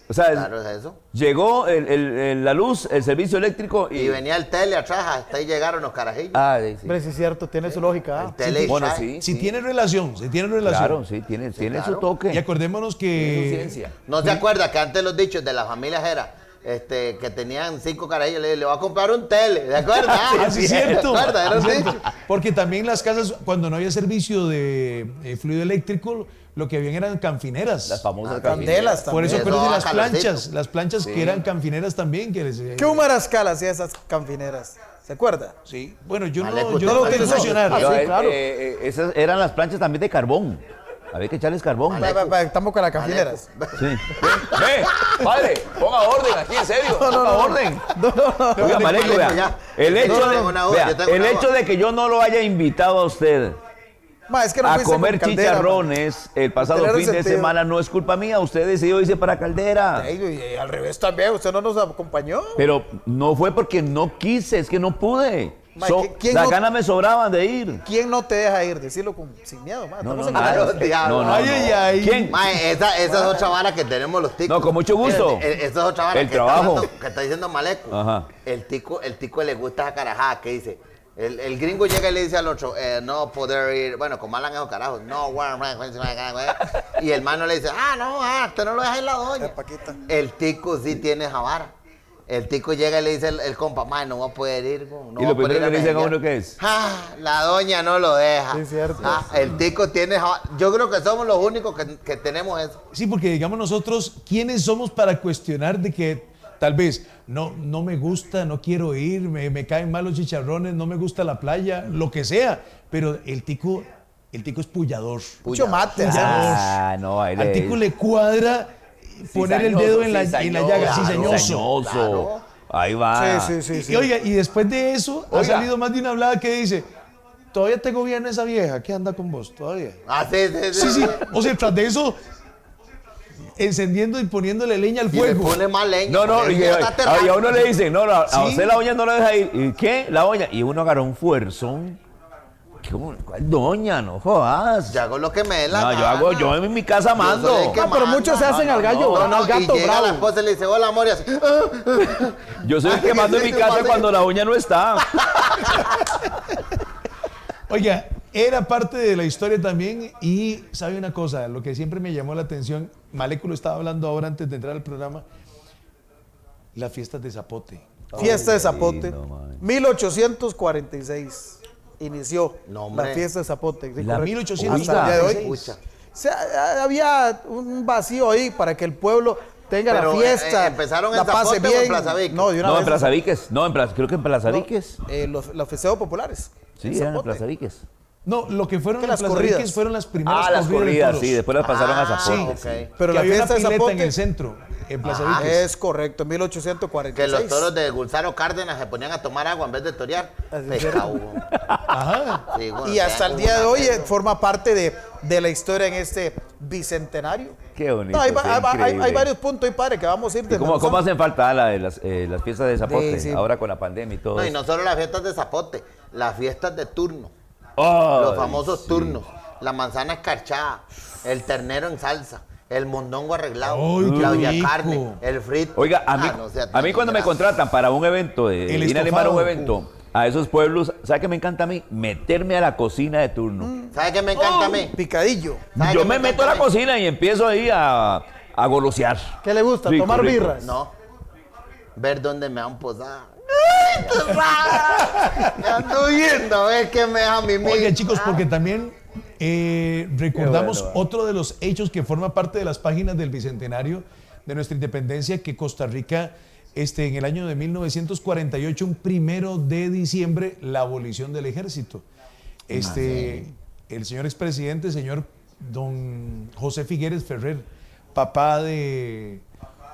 O sea,
claro es eso.
llegó el- el- el- la luz, el servicio eléctrico y...
Y venía el tele atrás, hasta ahí llegaron los carajillos.
Ah, sí, sí.
Hombre, sí es cierto, tiene su lógica. ¿ah?
el tele
Bueno,
atrás.
sí.
Si
sí.
tiene relación, si tiene relación.
Claro, sí, tiene, tiene
claro.
su toque.
Y acordémonos
Tiene su
que.
ciencia.
¿No se acuerda que antes los dichos de las familias era este, que tenían cinco carajillos? Le, le voy a comprar un tele, ¿de acuerdo?
Ah, sí, es cierto.
¿De acuerdo? Era un
Es cierto.
dicho.
Porque también las casas, cuando no había servicio de eh, fluido eléctrico, lo que habían eran canfineras.
Las famosas
Candelas
Por
también.
eso
Eso
acuérdense
da
las
calorcito.
planchas, las planchas que eran canfineras también. Que les, eh,
¿Qué humarascal hacía esas canfineras? ¿Se acuerda?
Sí, bueno,
Ah,
yo
Vale,
no,
pues,
yo no
no
lo
lo
tengo
tengo.
funcionar.
Pero,
sí,
eh,
claro.
eh, eh, esas eran las planchas también de carbón. Había que echarles carbón.
Pa- pa- pa- Estamos con las canfineras.
Sí. ¡Ve! ¡Padre! ¡Ponga orden aquí, en serio! ¡Ponga orden! Oiga, Maleco,
Maleco,
vea,
ya.
El,
Yo
hecho,
tengo
de,
una uva,
vea,
yo tengo
el
una
hecho
uva.
de que yo no lo haya invitado a usted
Ma, es que no
a
fuiste con
comer
caldera,
chicharrones el pasado
Tener
fin de
sentido.
semana no es culpa mía. Usted decidió irse para Caldera.
ma. Ey, y- y al revés también, usted no nos acompañó.
Pero no fue porque no quise, es que no pude.
Ma,
So-
¿qui- quién
las
no-
ganas me sobraban de ir.
¿Quién no te deja ir? Decirlo con, sin miedo, ma.
No,
Estamos
no,
en
no.
Claro,
no.
diablo.
No, no,
Ay,
no.
ay, ay.
¿Quién?
Mae, esa, esa es otra vara que tenemos los ticos.
No, con mucho gusto.
Eh, eh, Esa es otra vara
El
que, está
trabajo.
hablando- que está diciendo Maleco.
Ajá.
El tico, el tico le gusta esa carajada que dice. El, el gringo llega y le dice al otro, eh, no poder ir, bueno, con malan esos carajos, no, guau, guau, guau, guau, guau. y el mano le dice, ah, no, ah, usted no lo deja en la doña.
Eh, Paquita.
El tico sí tiene esa vara. El tico llega y le dice el, el compa, mae, no va a poder ir, güey, no
Y lo
va a poder
primero
ir
que le dicen a
regañar".
uno, ¿qué es?
Ah, la doña no lo deja.
Sí, es cierto.
Ah, el tico tiene. ja- Yo creo que somos los únicos que, que tenemos eso.
Sí, porque digamos nosotros, ¿quiénes somos para cuestionar de que tal vez no, no me gusta, no quiero ir, me, me caen mal los chicharrones, no me gusta la playa, lo que sea? Pero el tico, el tico es pullador.
Mucho mate.
Pullador.
Ah, no, ahí
Al
le-
tico le cuadra poner el dedo en la, en la llaga,
sí,
cizañoso.
Ahí va.
Sí, sí, sí.
Y- Y, oiga, y después de eso ha
Oiga.
salido más de una hablada que dice, todavía te gobierna esa vieja, ¿qué anda con vos todavía?
Ah, sí, sí, sí.
Sí, sí. O sea, tras de eso, encendiendo y poniéndole leña al
Y le
fuego.
pone más leña.
No, no,
porque
y,
el niño está
a,
aterrado.
a uno le dicen, no, no, a
Sí.
usted la doña no la deja ir. ¿Y qué? La doña. Y uno agarra un fuerzón. ¿Qué, ¿Cuál doña? No jodas.
Yo hago lo que me dé la
no, yo
gana.
hago, yo en mi casa mando.
soy el que
Ah, pero
manda.
muchos se hacen al gallo,
no,
bravo,
no,
al gato
y llega
bravo.
la esposa y le dice, hola, amor, y así, "Ah".
Yo soy el que mando en mi casa cuando la doña no está.
Oiga, era parte de la historia también y sabe una cosa, lo que siempre me llamó la atención, Maléculo estaba hablando ahora antes de entrar al programa, las fiestas de Zapote.
Fiesta de
qué
Zapote.
lindo, man.
1846. Inició
No, hombre.
la fiesta de Zapote. sí,
La
correcto.
1846.
Hasta el día de hoy.
Pucha.
se- a- había un vacío ahí para que el pueblo tenga
Pero,
la
eh,
fiesta,
eh, ¿empezaron en
la pase
Zapote o en
bien.
Plaza Vique?
No, de una
No,
vez
en Plaza Viques. No, en Plaza- creo que en Plaza Viques.
eh, los, los festejos populares.
Sí, eran en
Zapote.
Plaza Viques.
No, lo que fueron
Que
las
las
corridas
corridas.
fueron las primeras
Ah, las corridas,
de
sí.
toros.
Después las pasaron a
Ah,
Zapote.
ok.
sí.
Pero
Que
la
había
fiesta de
una pileta en
Zapote
el centro, en Plaza
Ah,
Viques.
es correcto, en
Que
1846.
los toros de Gonzalo Cárdenas se ponían a tomar agua en vez de torear.
Así
Se
es.
cagó.
Ajá.
Sí, bueno,
Y
se
hasta
dan
el
como
día de
una
hoy eh,
pena.
forma parte de, de la historia en este bicentenario.
Qué bonito,
hay, va-
qué
hay va- hay- hay
increíble.
varios puntos ahí, padre, que vamos a ir
¿Y ¿Cómo, cómo
desmenuzando.
hacen falta ah, la de las, eh, las fiestas de Zapote?
Sí, sí.
Ahora con la pandemia y todo.
No, y
eso.
no solo las fiestas de zapote, las fiestas de turno.
Ay,
los famosos
sí.
turnos. La manzana escarchada, el ternero en salsa, el mondongo arreglado,
Ay, qué
la olla
rico.
carne, el frito.
Oiga, a mí,
Ah, no sea
a mí
tan
cuando me
grasa.
contratan para un evento, de
El
ir a animar un
estofado.
evento a esos pueblos, ¿sabe qué me encanta a mí? Meterme a la cocina de turno.
¿Sabe qué me encanta a mí?
Picadillo.
¿Sabe
Yo
qué
me meto a la
encanta mí?
cocina y empiezo ahí a, a golosear.
¿Qué le gusta?
Rico,
¿Tomar
rico.
birras?
No. Ver dónde me han posado. ¡Ay, tú sabes! Me ando viendo a ver qué me deja mi amigo.
Oigan, chicos, porque también eh, recordamos
ah. Qué bueno,
otro de los hechos que forma parte de las páginas del Bicentenario de nuestra independencia, que Costa Rica, este, en el año de 1948, un primero de diciembre, la abolición del ejército. Este, el señor expresidente, señor don José Figueres Ferrer, papá de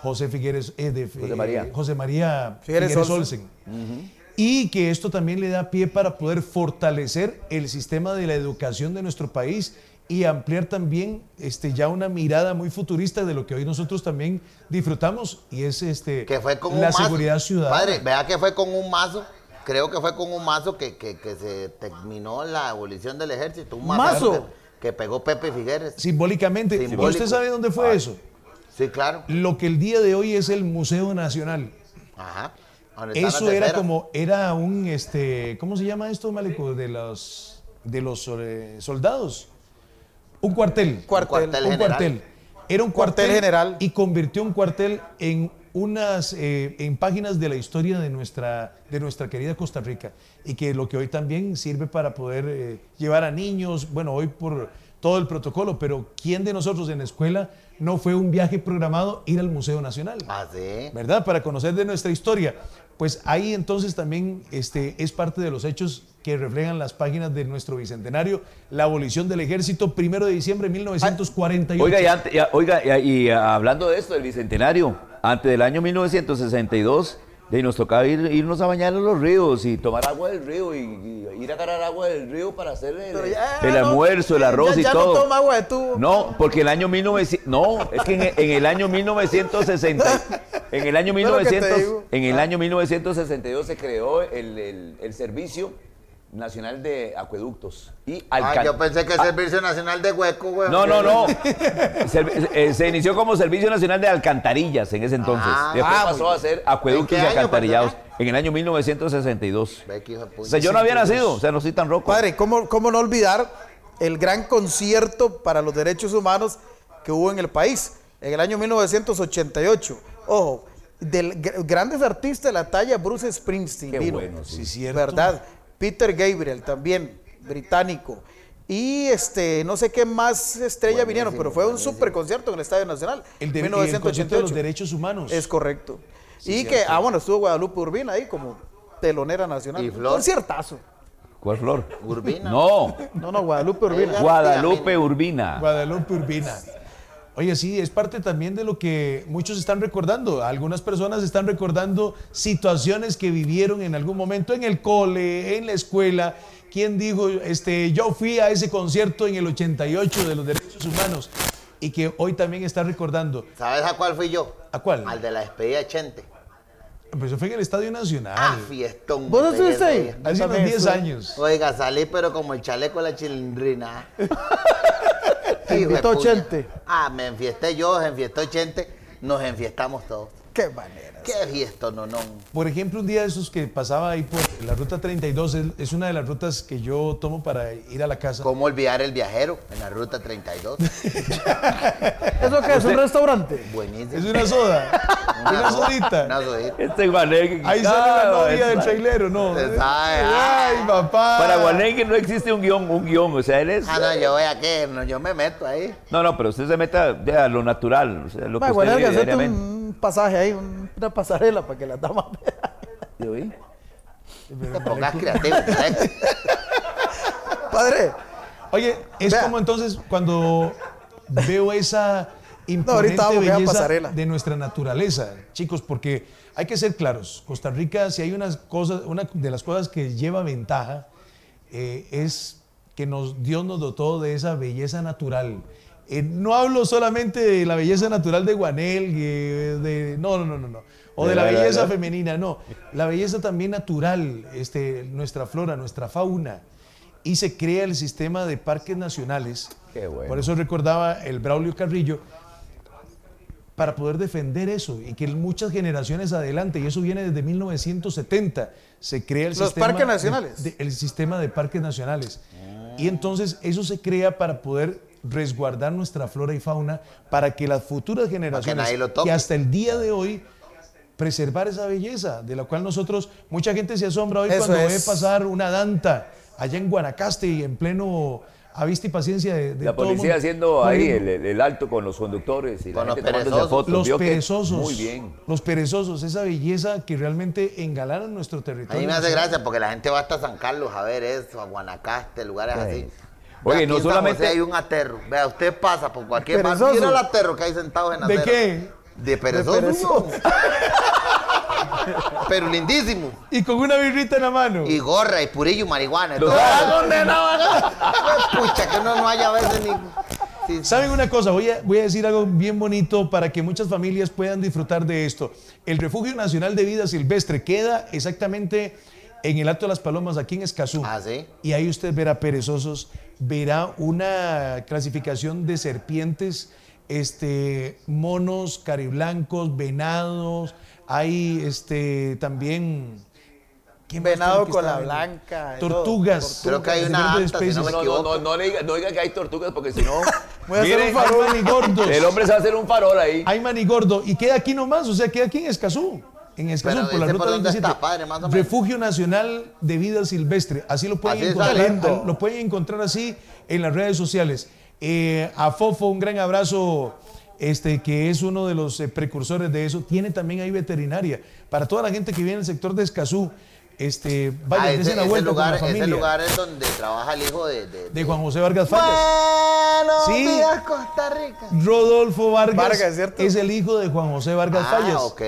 José Figueres, eh, de,
José
eh,
María.
José María
Figueres
Figueres
Olsen.
Olsen y que esto también le da pie para poder fortalecer el sistema de la educación de nuestro país y ampliar también este, ya una mirada muy futurista de lo que hoy nosotros también disfrutamos y es este,
Que fue con un
la
mazo.
seguridad ciudadana.
Padre, vea que fue con un mazo. Creo que fue con un mazo que, que- que se terminó la abolición del ejército. Un mazo.
¿Mazo?
Que, que pegó Pepe Figueres. Sí,
Simbólicamente,
Simbólico.
¿usted sabe dónde fue eso?
claro.
Lo que el día de hoy es el Museo Nacional.
Ajá. Donde está la
Eso era
tercera.
como, era un, este, ¿cómo se llama esto, Maleco? De los, de los eh, soldados. Un cuartel.
Cuartel.
cuartel.
un
general.
cuartel. Era un cuartel,
Cuartel general.
y convirtió un cuartel en unas eh, en páginas de la historia de nuestra de nuestra querida Costa Rica y que lo que hoy también sirve para poder eh, llevar a niños, bueno, hoy por todo el protocolo, pero ¿quién de nosotros en la escuela no fue un viaje programado ir al Museo Nacional?
Ah, sí.
¿verdad? Para conocer de nuestra historia. Pues ahí entonces también este, es parte de los hechos que reflejan las páginas de nuestro bicentenario, la abolición del ejército, primero de diciembre de 1948.
Oiga, y, ante- y- oiga, y- y, ah, hablando de esto, del bicentenario, antes del año 1962, de ahí nos tocaba ir- irnos a bañar a los ríos y tomar agua del río y, y ir a agarrar agua del río para hacer el,
Pero ya ah,
el
no-
almuerzo, el
ya-
arroz y
ya no
todo.
toma agua de tubo.
No, porque el año 1900, no, es que en, el- en el año 1960, en el año
Yo lo que te
1900,
digo. Ah.
en el año 1962 se creó el, el- el servicio nacional de acueductos y
Ah,
alcan-
yo pensé que el
a-
Servicio Nacional de Hueco, güey.
no, no, no. Servi- eh, se inició como Servicio Nacional de Alcantarillas en ese entonces.
Ah,
Después
ah,
pasó
muy
a ser
¿En
acueductos y
qué año,
alcantarillados
perdona?
en el año 1962.
Ve que hijo de puño.
O sea, yo no había nacido, o sea, no soy tan roco.
Padre, ¿cómo, ¿cómo no olvidar el gran concierto para los derechos humanos que hubo en el país en el año 1988? Ojo, del, gr- grandes artistas de la talla, Bruce Springsteen,
Qué
vino,
bueno, sí.
Sí, cierto.
¿verdad? Peter Gabriel también, británico. Y este, no sé qué más estrellas vinieron, pero fue un super concierto en el Estadio Nacional.
El de- y el concierto de los derechos humanos.
Es correcto. y que, ah, bueno, estuvo Guadalupe Urbina ahí como telonera nacional.
Y Flor.
Conciertazo.
¿Cuál flor?
Urbina.
No,
No, no, Guadalupe Urbina.
Guadalupe Urbina.
Guadalupe Urbina. Oye, sí, es parte también de lo que muchos están recordando. Algunas personas están recordando situaciones que vivieron en algún momento en el cole, en la escuela. ¿Quién dijo, este, yo fui a ese concierto en el 88 de los derechos humanos? Y que hoy también está recordando.
¿Sabes a cuál fui yo?
¿A cuál?
Al de la despedida de Chente.
Pues fue en el Estadio Nacional.
Ah, fiestón.
¿Vos
me
no estuviste
pegué
ahí?
ese día.
Hace unos
También
10
fue.
años.
Oiga, salí pero como el chaleco de la chilindrina.
Te
Hijo de
invitó
puña.
Chente.
Ah, me enfiesté yo, se enfiestó Chente, nos enfiestamos todos.
Qué manera.
Qué fiesta, no, no.
Por ejemplo, un día de esos que pasaba ahí por la ruta 32, es, es una de las rutas que yo tomo para ir a la casa.
¿Cómo olvidar el viajero en la ruta 32?
¿Eso qué es? ¿Un restaurante?
Es
Buenísimo.
una soda, una sodita.
Una sudita.
Este
Ahí sale la novia del trailero, ¿no?
Ay,
Ay, papá.
Para Guanegue no existe un guión, un guión, o sea, él es...
Ah, no, yo voy a qué, no, yo me meto ahí.
No, no, pero usted se meta de a lo natural, o sea, lo que
Ma, bueno, hay
usted
que
vive
hacerte
diariamente.
un pasaje ahí, un- una pasarela para que las damas vean.
¿Sí, oí?
Te pongas creativo. ¿eh? ¿sabes?
Padre,
Oye, es
Vea.
como entonces cuando veo esa imponente
ahorita vamos, vea,
belleza
pasarela.
de nuestra naturaleza, chicos, porque hay que ser claros. Costa Rica, si hay unas cosas, una de las cosas que lleva ventaja eh, es que nos, Dios nos dotó de esa belleza natural. Eh, no hablo solamente de la belleza natural de Guanel, eh, de, no, no, no, no, no. O de,
De
la,
la- la-
belleza
la-
femenina, no. La belleza también natural, este, nuestra flora, nuestra fauna. Y se crea el sistema de parques nacionales.
Qué bueno.
Por eso recordaba el Braulio Carrillo, para poder defender eso y que muchas generaciones adelante, y eso viene desde 1970, se crea el
Los
sistema...
parques
de-
nacionales.
de- el sistema de parques nacionales. Y entonces eso se crea para poder resguardar nuestra flora y fauna para que las futuras generaciones
nadie lo toque.
que hasta el día de hoy preservar esa belleza de la cual nosotros mucha gente se asombra hoy
Eso
cuando ve
es.
pasar una danta allá en Guanacaste en pleno avista y paciencia de, de
La
todo el
policía
mundo.
haciendo
Muy
ahí
bien.
el, el- el alto con los conductores y
Con
la
los
gente tomándose
perezosos.
fotos.
Los
vio que-
perezosos.
Muy bien.
Los perezosos, esa belleza que realmente engalana nuestro
A
territorio.
mí me hace gracia porque la gente va hasta San Carlos a ver eso, a Guanacaste, lugares así.
Oye,
Aquí
no
en San
solamente-
José hay un aterro. Vea, usted pasa por cualquier bar.
Perezoso.
Mira el aterro que hay sentado en
¿De
acera.
qué?
De perezoso. Pero lindísimo.
Y con una birrita en la mano.
Y gorra, y purillo, y marihuana. y
Los-
todo. ¡Ah, condenado! Pucha, que uno no haya a veces ni... sí, sí.
¿Saben una cosa? Voy a, voy a decir algo bien bonito para que muchas familias puedan disfrutar de esto. El Refugio Nacional de Vida Silvestre queda exactamente en el Alto de las Palomas, aquí en Escazú.
Ah, ¿sí?
Y ahí usted verá perezosos, verá una clasificación de serpientes, este, monos, cariblancos, venados, hay este, también... ¿qué más
Venado
creo que
con
está
la
viendo?
blanca y todo.
Tortugas.
Creo que hay una
diferentes
alta, si no me
especies.
No, no, no, no, le diga, no diga que hay tortugas porque si no.
Voy a hacer
mire,
un farol, manigordos.
El hombre se va a hacer un farol ahí.
Hay Manigordo y queda aquí nomás, o sea, queda aquí en Escazú. En Escazú,
Pero
por la
dice
ruta
por dónde
27.
está, padre, más o menos.
Refugio Nacional de Vida Silvestre. Así lo pueden,
Así está
encontrar, ah,
lindo.
lo pueden encontrar así en las redes sociales. Eh, a Fofo, un gran abrazo. Este, que es uno de los eh, precursores de eso, tiene también ahí veterinaria. Para toda la gente que viene del sector de Escazú, este, vaya,
Ah,
dense
ese,
la
ese
vuelta
lugar,
con la
ese
familia
lugar es donde trabaja el hijo de... de-
de
de-
Juan José Vargas Fallas.
Buenos
Sí. Mm.
días, Costa Rica.
Rodolfo Vargas,
Vargas, ¿cierto?
es el hijo de Juan José Vargas
Ah,
Fallas.
ok.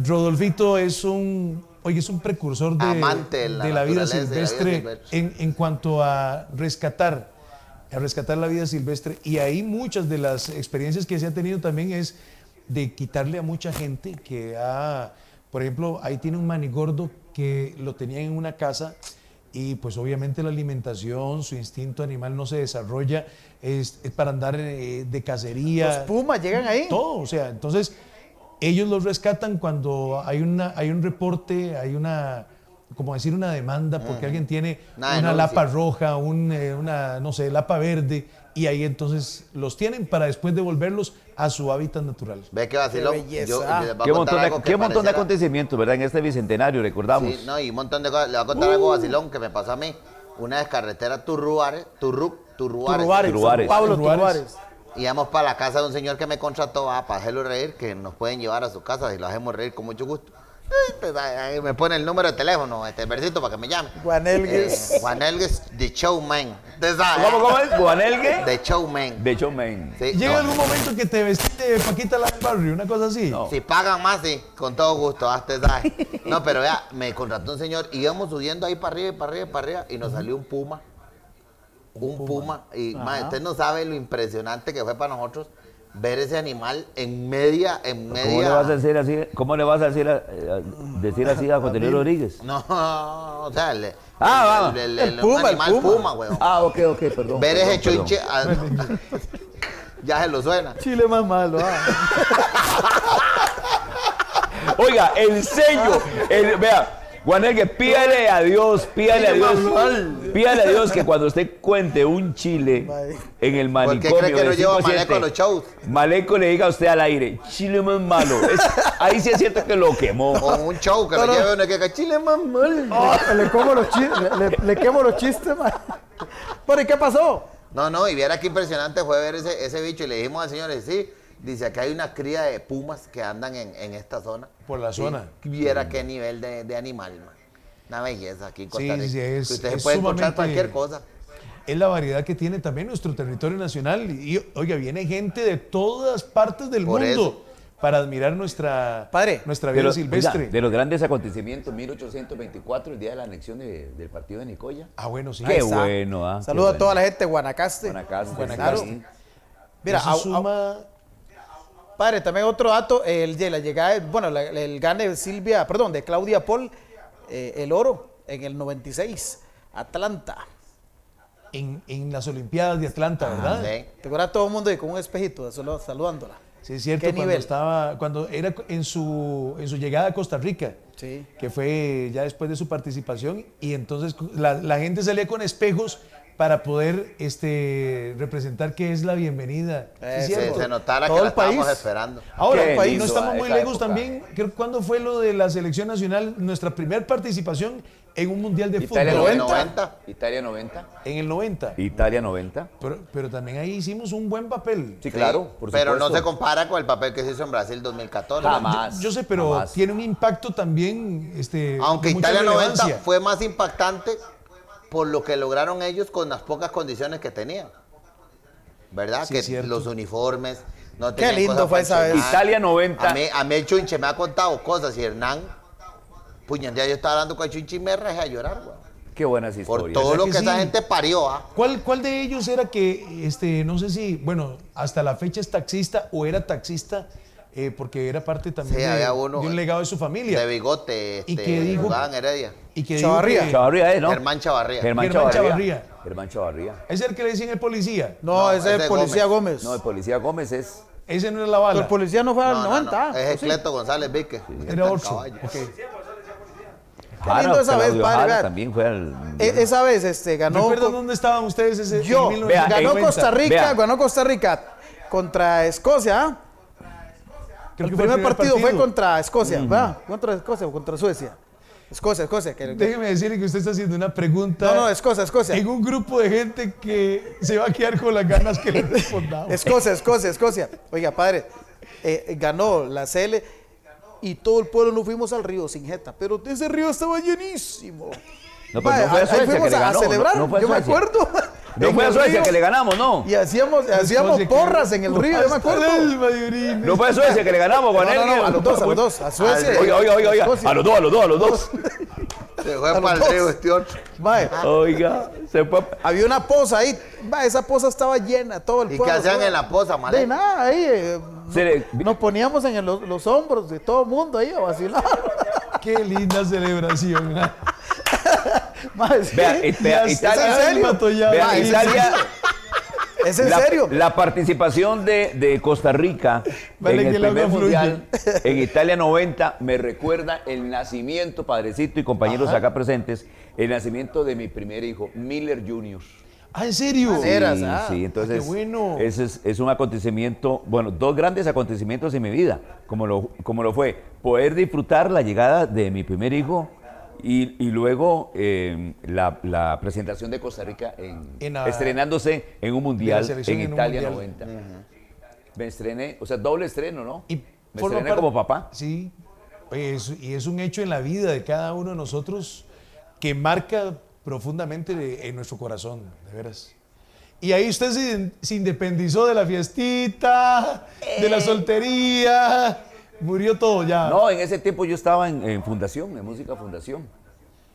Rodolfito es un, oye, es un precursor de,
Amante de la
de la vida
naturaleza, de la vida
silvestre
silvestre.
en, en cuanto a rescatar, a rescatar la vida silvestre. Y ahí muchas de las experiencias que se han tenido también es de quitarle a mucha gente que ha, por ejemplo, ahí tiene un manigordo que lo tenía en una casa y pues obviamente la alimentación, su instinto animal no se desarrolla es, es para andar eh, de cacería
Los pumas llegan ahí.
todo, o sea, entonces ellos los rescatan cuando hay una hay un reporte, hay una como decir una demanda porque alguien tiene
Una
una
denuncia.
lapa roja, un, eh, una no sé, lapa verde y ahí entonces los tienen para después devolverlos a su hábitat natural.
Eh,
Ve que vacilón.
Qué belleza.
Yo- les voy a
Qué
contar
montón, de,
algo que
qué montón de
pareciera-
acontecimientos, ¿verdad? En este bicentenario, recordamos.
Sí, no, y un montón de cosas. Le voy a contar
Uh.
algo vacilón que me pasó a mí. Una vez carretera Turruares, Turru, Turruares.
Turruares,
Turruares.
San Pablo
Turruares.
Turruares.
Íbamos para la casa de un señor que me contrató ah, para hacerlo reír, que nos pueden llevar a su casa y lo hacemos reír con mucho gusto. Ay, pues, ahí me pone el número de teléfono, este versito para que me llame.
Juan Elgues.
Eh, Juan Elgues, The Showman. Usted sabe,
¿Cómo, cómo es? ¿Guanelgue?
The Showman.
De Chomain.
Sí,
Llega
no,
algún momento que te vestiste de Paquita la del barrio, una cosa así.
No.
Si pagan más, sí, con todo gusto, ah, usted sabe. No, pero vea, me contrató un señor, íbamos subiendo ahí para arriba, y para arriba, y para arriba, y nos salió un puma. Un puma. Y, mae, usted no sabe lo impresionante que fue para nosotros ver ese animal en media, en media.
¿Cómo le vas a decir así, cómo le vas a decir, a- a- decir así a Juan Teniente Rodríguez?
No, o sea, el,
Ah,
el,
va.
el-
El
el-
puma,
un
el
animal puma,
puma.
weón.
Ah, ok, ok, perdón.
ver
perdón,
ese
perdón.
chunche. ah, ya se lo suena.
Chile más malo. ah.
Oiga, el sello. el- vea, Guanegue, pídale a Dios, pídale a Dios. Pídale a Dios que cuando usted cuente un chile
Madre.
en el
¿Por qué
manicomio.
cree que
de
no lleva
cinco a
Maleco a
siete,
los shows?
Maleco le diga a usted al aire, chile más malo. Es- ahí sí es cierto que lo quemó.
Con un show que lo lleve una que chile más mal.
Ah. Le, como los chistes, le, le- le quemo los chistes, mae. Pero ¿y qué pasó?
No, no, y viera qué impresionante fue ver ese, ese bicho. Y le dijimos al señor, sí, dice, acá hay una cría de pumas que andan en, en esta zona.
Por la
Sí,
zona. Mm.
Viera qué nivel de, de animal, man. Una belleza aquí en Costa
Sí,
Rica.
sí, es-
Que usted se
es
puede encontrar
sumamente-
cualquier cosa.
Es la variedad que tiene también nuestro territorio nacional. Y oiga, viene gente de todas partes del
Por
mundo para admirar nuestra,
Padre.
nuestra
De
vida
los,
silvestre.
oiga, de los grandes acontecimientos, 1824, el día de la anexión de- del partido de Nicoya.
Ah, bueno, sí.
Qué
Esa-
bueno, ah.
Saludo a toda la gente de Guanacaste.
Guanacaste,
Guanacaste.
sí.
Mira,
eso
au- au-
suma-
Padre, también otro dato, el de la llegada, de- bueno, la- el gane de Silvia, perdón, de Claudia Paul, eh, el oro en el 96, Atlanta.
en, en las Olimpiadas de Atlanta, ¿verdad?
Sí.
Te acuerdas todo el mundo y con un espejito, solo saludándola.
Sí, es cierto,
¿Qué
cuando
nivel?
estaba, cuando era en su, en su llegada a Costa Rica,
Sí.
que fue ya después de su participación, y entonces cu- la, la gente salía con espejos para poder este, representar qué es la bienvenida. Sí,
Eh,
es
sí,
Se,
cierto.
se notara que
Todo
la
el país.
estábamos esperando.
Ahora,
Qué
país,
lindo
no estamos
esa
muy lejos
época.
también. Creo, ¿Cuándo fue lo de la selección nacional? Nuestra primera participación en un mundial de
Italia
fútbol.
90.
90.
Italia 90.
En el 90.
Italia 90.
Pero, pero también ahí hicimos un buen papel.
Sí, claro, por
Pero
supuesto.
no se compara con el papel que se hizo en Brasil 2014.
Jamás.
Yo sé, pero
jamás.
tiene un impacto también. Este,
Aunque
de mucha
Italia 90
relevancia.
fue más impactante por lo que lograron ellos con las pocas condiciones que tenían. ¿Verdad?
Sí,
que
es cierto.
los uniformes. No
Qué
tenían
lindo
cosas
fue
para
esa vez.
entrenar.
Italia 90.
A mí, a mí el Chunche me ha contado cosas y Hernán, puñal, ya yo estaba hablando con el Chunche y me rajé a llorar, güey.
Qué buenas
Por
historias. ¿eh?
todo
¿verdad
lo
que
que esa
sí?
gente parió, ¿ah?
¿Cuál, ¿Cuál de ellos era que, este, no sé si, bueno, hasta la fecha es taxista o era taxista eh, porque era parte también
Sí,
de,
había uno,
de un legado de su familia?
De bigote, este,
¿Y qué dijo?
jugaban Heredia.
Y que
Chavarría.
digo que-
Chavarría, ¿eh? ¿no?
Germán Chavarría.
Germán
Germán
Chavarría.
Chavarría.
Germán Chavarría.
Ese es el que le dicen el policía.
No,
No,
ese
ese
es Policía Gómez.
No, el policía Gómez es.
Ese no era la
Pero
bala.
el policía no fue al
No, no,
90.
no,
ah,
Es
sí.
Ecleto González Vique.
Era otro.
Caballo.
Ok.
lindo esa
Claudio
vez, padre,
Jara
vea.
también fue al.
E- esa vez este, ganó.
¿Recuerdan
con-
dónde estaban ustedes ese
Yo,
en 1990?
vea,
ganó Costa Rica,
vea.
ganó Costa Rica contra Escocia. ¿ah?
Creo
el
que fue
primer, partido, fue contra Escocia, ¿verdad? Contra Escocia o contra Suecia. Escocia, Escocia. que-
Déjeme decirle que usted está haciendo una pregunta
no, no, Escocia, Escocia.
en un grupo de gente que se va a quedar con las ganas que le respondamos.
Escocia, Escocia, Escocia. Oiga, padre, eh, eh, ganó la CL y todo el pueblo nos fuimos al río sin jeta, pero ese río estaba llenísimo.
No, pero
Mae,
no fue a
ahí
Suecia que
fuimos
le
a-
ganó,
a celebrar,
no- no fue a
yo me
Suecia.
acuerdo.
No
En
fue a
el
Suecia
río,
que le ganamos, ¿no.
Y hacíamos, hacíamos
Entonces,
porras en el
no
río, yo me
basta
acuerdo.
del Mayorino.
No fue a Suecia que le ganamos,
No,
Guanegue.
no, no, a los dos, a los dos, a Suecia. y
Oiga,
a-
oiga, oiga,
a
oiga.
Escocia.
A los dos, a los dos, a los dos.
Se
A
fue
los
para el
dos.
río este otro.
Mae,
Oiga, se fue. a-
Había una poza ahí, va, esa poza estaba llena, todo el
¿Y
pueblo.
qué hacían
estaba-
en la poza,
De
Malek?
nada, ahí. eh,
Se le-
nos poníamos en el- los, los hombros de todo el mundo ahí a vacilar.
Qué linda celebración. Ah,
Mae, sí.
Vea, eh, vea,
¿Es
Italia.
en serio?
Matollado.
vea,
Ay,
Italia.
¿Es en
la,
serio?
La participación de, de Costa Rica
Vale
en
que el
el
agua
primer
fluye.
mundial en Italia 90 me recuerda el nacimiento, padrecito y compañeros acá presentes, el nacimiento de mi primer hijo, Miller Jr.
Ah, ¿en serio?
Sí. Eras, ah.
sí, entonces
Ah, qué bueno.
ese es, es un acontecimiento, bueno, dos grandes acontecimientos en mi vida, como lo, como lo fue poder disfrutar la llegada de mi primer hijo y, y luego eh, la, la presentación de Costa Rica en,
En la-
estrenándose en un mundial en,
selección en un
Italia
mundial.
90. Me estrené, o sea, doble estreno, ¿no?
Y
Me
forma
estrené
parte-
como papá.
Sí. Oye, es- y es un hecho en la vida de cada uno de nosotros que marca profundamente de- en nuestro corazón, de veras. Y ahí usted se, se independizó de la fiestita, de
Eh.
la soltería, murió todo ya.
No, en ese tiempo yo estaba en, en Fundación, en Música Fundación.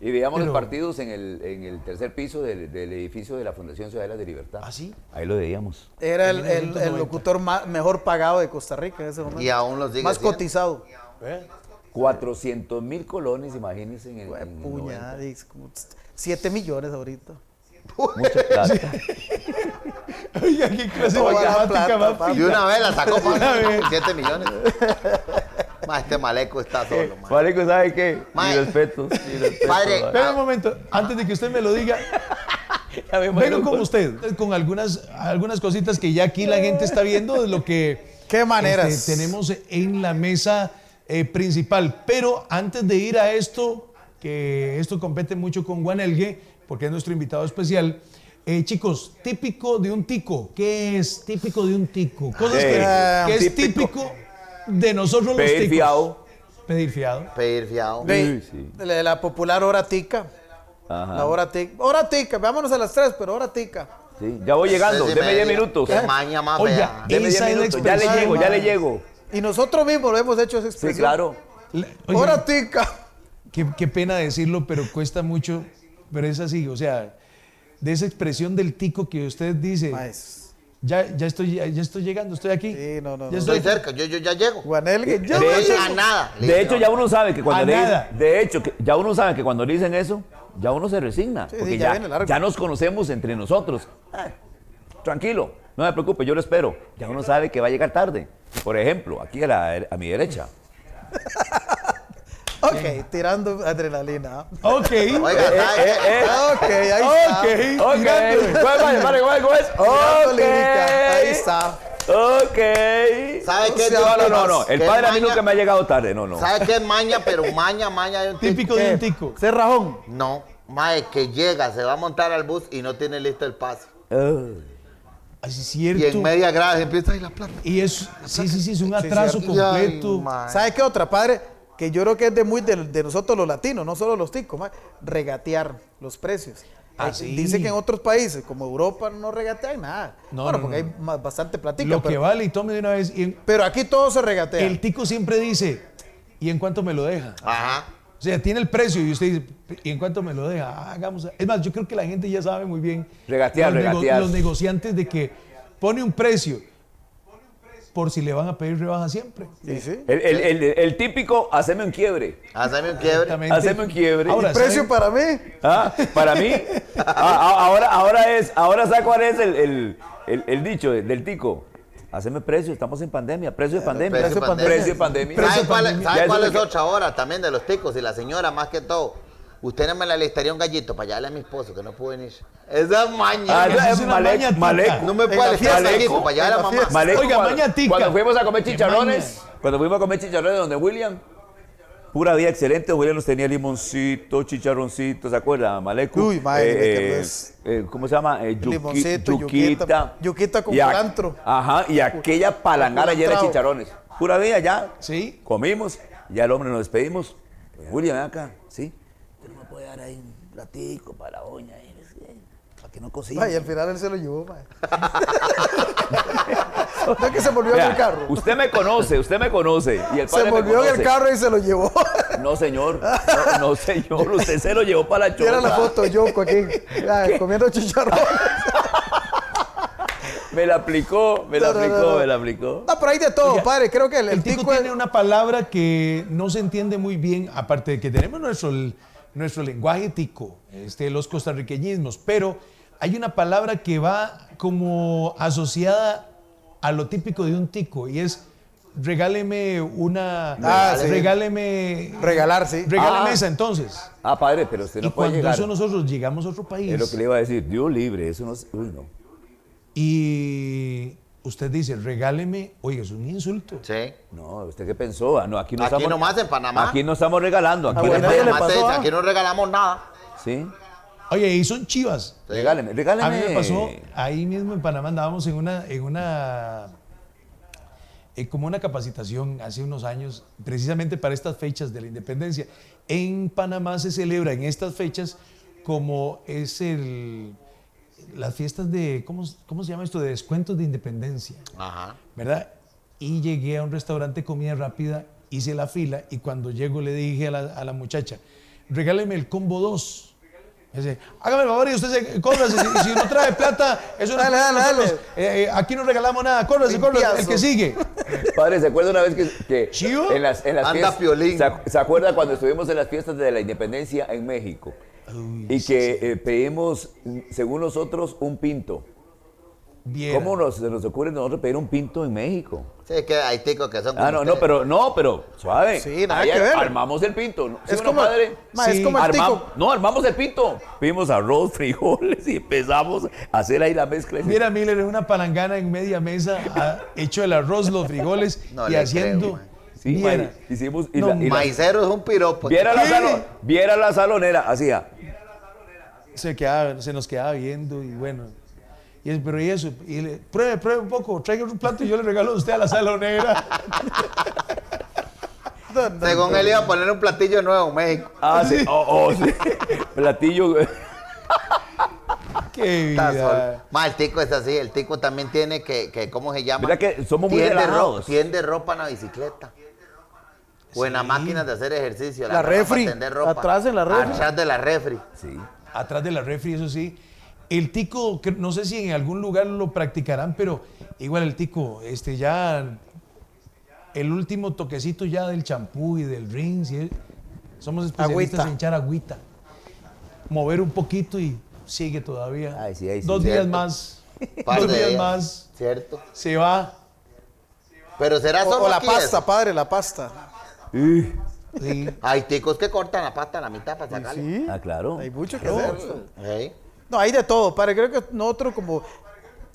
Y veíamos
Pero-
los partidos en el, en el tercer piso del, del edificio de la Fundación Ciudadela de Libertad.
¿Ah, sí?
Ahí lo veíamos.
Era el, el- el
1990.
locutor ma- mejor pagado de Costa Rica en ese momento.
Y aún lo sigue
Más
siendo.
cotizado.
400 mil colones, imagínense. En el, en el 90.
Puñal, 7 millones ahorita.
Mucha plata.
Oiga, qué clase de
Toda la
matemática
plata,
más
papi.
fina.
De una vez la sacó,
De una vez.
7 millones. Ma, este maleco está
Eh.
solo, ma.
Marico, ¿sabe qué?
Mae.
Mi respeto. mi respeto,
Padre.
mae.
Espera un momento, antes de que usted me lo diga,
Ya me
vengo
imagino
con
con-
usted, pues, con algunas, algunas cositas que ya aquí la gente está viendo de lo que
Qué maneras.
este, tenemos en la mesa eh, principal. Pero antes de ir a esto, que esto compete mucho con Juan Elgue, porque es nuestro invitado especial. eh, chicos, típico de un tico. ¿Qué es típico de un tico? Cosas que,
Eh,
que es
típico.
típico de nosotros los
Pedir
ticos.
fiado.
Pedir fiado.
Pedir fiado.
Ve,
sí. Ah.
La, la popular hora tica.
Ajá.
La hora tica. Hora tica, vámonos a las tres, pero hora tica.
Sí, ya voy llegando,
Seis y
deme 10
media.
minutos.
Qué maña más
Oiga,
fea.
eh,
Deme 10
Esa es la
minutos. Ya le
expresión,
llego, ya le
mae.
llego.
Y nosotros mismos lo hemos hecho esa
Sí,
expresión.
claro.
Le- oigan,
Hora tica.
Qué, qué pena decirlo, pero cuesta mucho, pero es así, o sea, de esa expresión del tico que usted dice,
Maes.
ya, ya, estoy, ya estoy llegando, estoy aquí.
Sí, no, no,
Ya
no.
estoy,
Estoy cerca, yo, yo ya llego.
Guanelgue, yo
De
no
hecho,
llego.
a nada.
De hecho, ya uno sabe que cuando
A
le dicen-
nada.
de hecho, que ya uno sabe que cuando le dicen eso, ya uno se resigna.
Sí,
porque
sí, ya
ya,
viene largo.
ya nos conocemos entre nosotros. Ah, tranquilo, no me preocupe, yo lo espero. Ya uno sabe que va a llegar tarde. Por ejemplo, aquí a, la- a mi derecha.
Ok, tirando adrenalina. Ah,
Ok,
Oiga, ¿sabe?
eh.
Ok, ahí
ok,
está.
Ok,
tirando.
¿cuál vale? ¿Vale? ¿Cuál- cuál es?
Tirando
Ok.
lírica, Ahí está.
Ok.
¿Sabe qué?
No, no, no, no. El
Qué
padre a mí
maña-
nunca me ha llegado tarde, no, no.
¿Sabe qué es maña? Pero maña, maña hay un tipo.
típico de un tico.
Ser rajón.
No, mae, que llega, se va a montar al bus y no tiene listo el pase.
Ah.
Así es
Y en
cierto.
media grada se empieza, ay, la plata.
Y es, sí, sí, sí, es un atraso
Y, ay,
completo.
mae.
¿Sabe qué otra, padre? Que yo creo que es de muy de, de nosotros los latinos, no solo los ticos, mae, regatear los precios.
Ah,
Eh,
sí.
Dicen que en otros países, como Europa, no regatean nada.
No,
bueno,
no,
porque
no.
hay más- bastante platica,
lo que
pero,
vale y tome de una vez. Y en-
pero aquí todo se regatea.
el tico siempre dice, ¿y en cuánto me lo deja?
Ajá.
O sea, tiene el precio y usted dice, ¿y en cuánto me lo deja? Ah, hagamos. Es más, yo creo que la gente ya sabe muy bien.
Regatear,
los
regatear.
los negociantes de que pone un precio por si le van a pedir rebaja siempre.
Sí, sí.
El, el- el- el típico, haceme un quiebre.
Haceme un quiebre.
Exactamente.
Haceme un quiebre.
Ahora,
Precio
¿saben?
para mí.
Ah, Para mí, a- a- ahora, ahora es, ahora saco cuál es el, el- el- el dicho del tico. Haceme precio, estamos en pandemia, precio de pandemia.
precio de pandemia.
Precio de pandemia.
¿Sabe
Precio
cuál,
pandemia.
sabe
Ya eso
cuál
es
es
lo que-
otra hora también de los ticos y la señora más que todo? Usted no me la listaría un gallito para llevarle a mi esposo que no pudo venir. Esa es maña.
Ah,
Esa
esa
es
es
una
Malek,
maña tica.
Malek.
no me
la
puede listar un
fiesta,
gallito
Alejo,
para llevar a
en la
mamá.
fiesta.
Malek
Oiga,
cuando,
maña tica.
cuando fuimos a comer
Qué
chicharrones, cuando fuimos a comer chicharrones donde William, pura vida excelente, William nos tenía limoncito, chicharroncito, ¿se acuerda? Maleco.
Uy, madre, que no es.
eh, ¿Cómo se llama? Eh, yuqui-
Limoncito, yuquita,
yuquita.
yuquita con
Y a-
culantro.
Ajá, y aquella palangana llena de
culantrao.
chicharrones. Pura vida ya.
Sí.
Comimos, ya el hombre nos despedimos. William, ven acá, ¿sí? Usted no me puede dar ahí un platico para la oña, eh, para que no cocine.
Ay, al final él se lo llevó, mae. no es que se volvió
Vea,
en el carro.
Usted me conoce, usted me conoce. Y el
Se
padre me
volvió en el
conoce.
carro y se lo llevó.
No, señor. No, no, señor. Usted se lo llevó para la chota.
Era la foto yo aquí, ah, comiendo chicharrón.
Me la aplicó, me la
No, no, no,
aplicó,
no.
me la aplicó.
No, pero hay de todo,
Oiga,
padre. Creo que el,
El tico tiene una palabra que no se entiende muy bien, aparte de que tenemos nuestro, nuestro lenguaje tico, este, los costarriqueñismos, pero hay una palabra que va como asociada a lo típico de un tico y es regáleme una...
Ah, sí.
Regáleme...
Regalar, sí.
Regáleme
Ah.
esa entonces.
Ah, padre, pero usted
Y
no puede
cuando
llegar.
eso nosotros llegamos a otro país
Es lo que le iba a decir. Dios libre. Eso no es. Uy, no.
y usted dice, regáleme, oye, es un insulto.
Sí.
No, ¿usted qué pensó? Ah, No, aquí no
Aquí
estamos.
nomás en Panamá.
Aquí no estamos regalando. Aquí
Ah,
no
bueno,
estamos-
ya le
Además,
pasó,
es-
ah?
aquí no regalamos nada.
Sí.
Oye, y son chivas.
Regáleme,
A
regáleme.
mí me pasó ahí mismo en Panamá andábamos en una en una eh, como una capacitación hace unos años precisamente para estas fechas de la Independencia. En Panamá se celebra en estas fechas como es el las fiestas de cómo cómo se llama esto de descuentos de Independencia.
Ajá.
¿verdad? Y llegué a un restaurante de comida rápida, hice la fila y cuando llego le dije a la, a la muchacha, regáleme el combo 2. Dice, hágame el favor y usted se cóbrase, si, si no trae plata, eso no
Dale, dale, dale.
Eh, eh, aquí no regalamos nada, cóbrase, cóbrase, el
Limpiazo.
que sigue.
Padre, ¿se acuerda una vez que, que
¿Chivo?
en las, en las
Anda
fiestas,
piolín.
¿se, ac- se acuerda cuando estuvimos en las fiestas de la independencia en México? y que eh, pedimos, mm, según nosotros, un pinto.
Viera.
¿Cómo nos, se nos ocurre nosotros pedir un pinto en México?
Sí, es que hay ticos que son.
Ah,
como
no, no,
ustedes.
pero, no, pero, suave.
Sí, nada
Ahí
que ver.
Armamos el pinto. ¿no? ¿Sí
Es
o no,
como-
padre?
ma, es como este el
Arma-
tico.
No, armamos el pinto. Pedimos arroz, frijoles y empezamos a hacer ahí la mezcla.
Viera Miller en una palangana en media mesa, ha hecho el arroz, los frigoles
No
y
le
haciendo.
creo, man.
Sí, ma,
viera.
hicimos. y
No,
la- y la-
Maicero es un
pues,
piropo.
viera, la
¿Qué?
salo- viera la salonera, ah, hacía.
se, quedaba, se nos quedaba viendo y bueno. Y es, pero y eso, y le, pruebe, pruebe un poco, traiga un plato y yo le regalo a usted a la salonera.
Según él iba a poner un platillo nuevo en México.
Ah, sí. Oh, oh, sí. Platillo.
Qué
Está
vida.
solo. Ma, el tico es así, el tico también tiene que, que ¿cómo se llama?
Mira que somos muy
tiende,
relajados.
tiende ropa en la bicicleta. O en la máquina de hacer ejercicio.
La
máquina
refri,
para tender ropa.
atrás en la refri.
Atrás de la refri.
Sí.
Atrás de la refri, eso sí. El tico, que no sé si en algún lugar lo practicarán, pero igual el tico, este ya el último toquecito ya del champú y del rinse, y el- somos especialistas
Agüita.
en echar agüita. Mover un poquito y sigue todavía.
Ay, sí, ahí sí,
Dos días
cierto.
más.
Par
Dos
de
días
días,
más.
Cierto.
Se va.
Pero será
O,
solo
o la
aquí ¿eh? eso?
pasta, padre, la pasta.
Sí.
Sí.
Hay ticos que cortan la pasta a la mitad para sacarla.
Sí,
Ah, claro.
hay mucho que
Claro.
hacer.
Sí.
No, hay de todo, padre. Creo que nosotros como,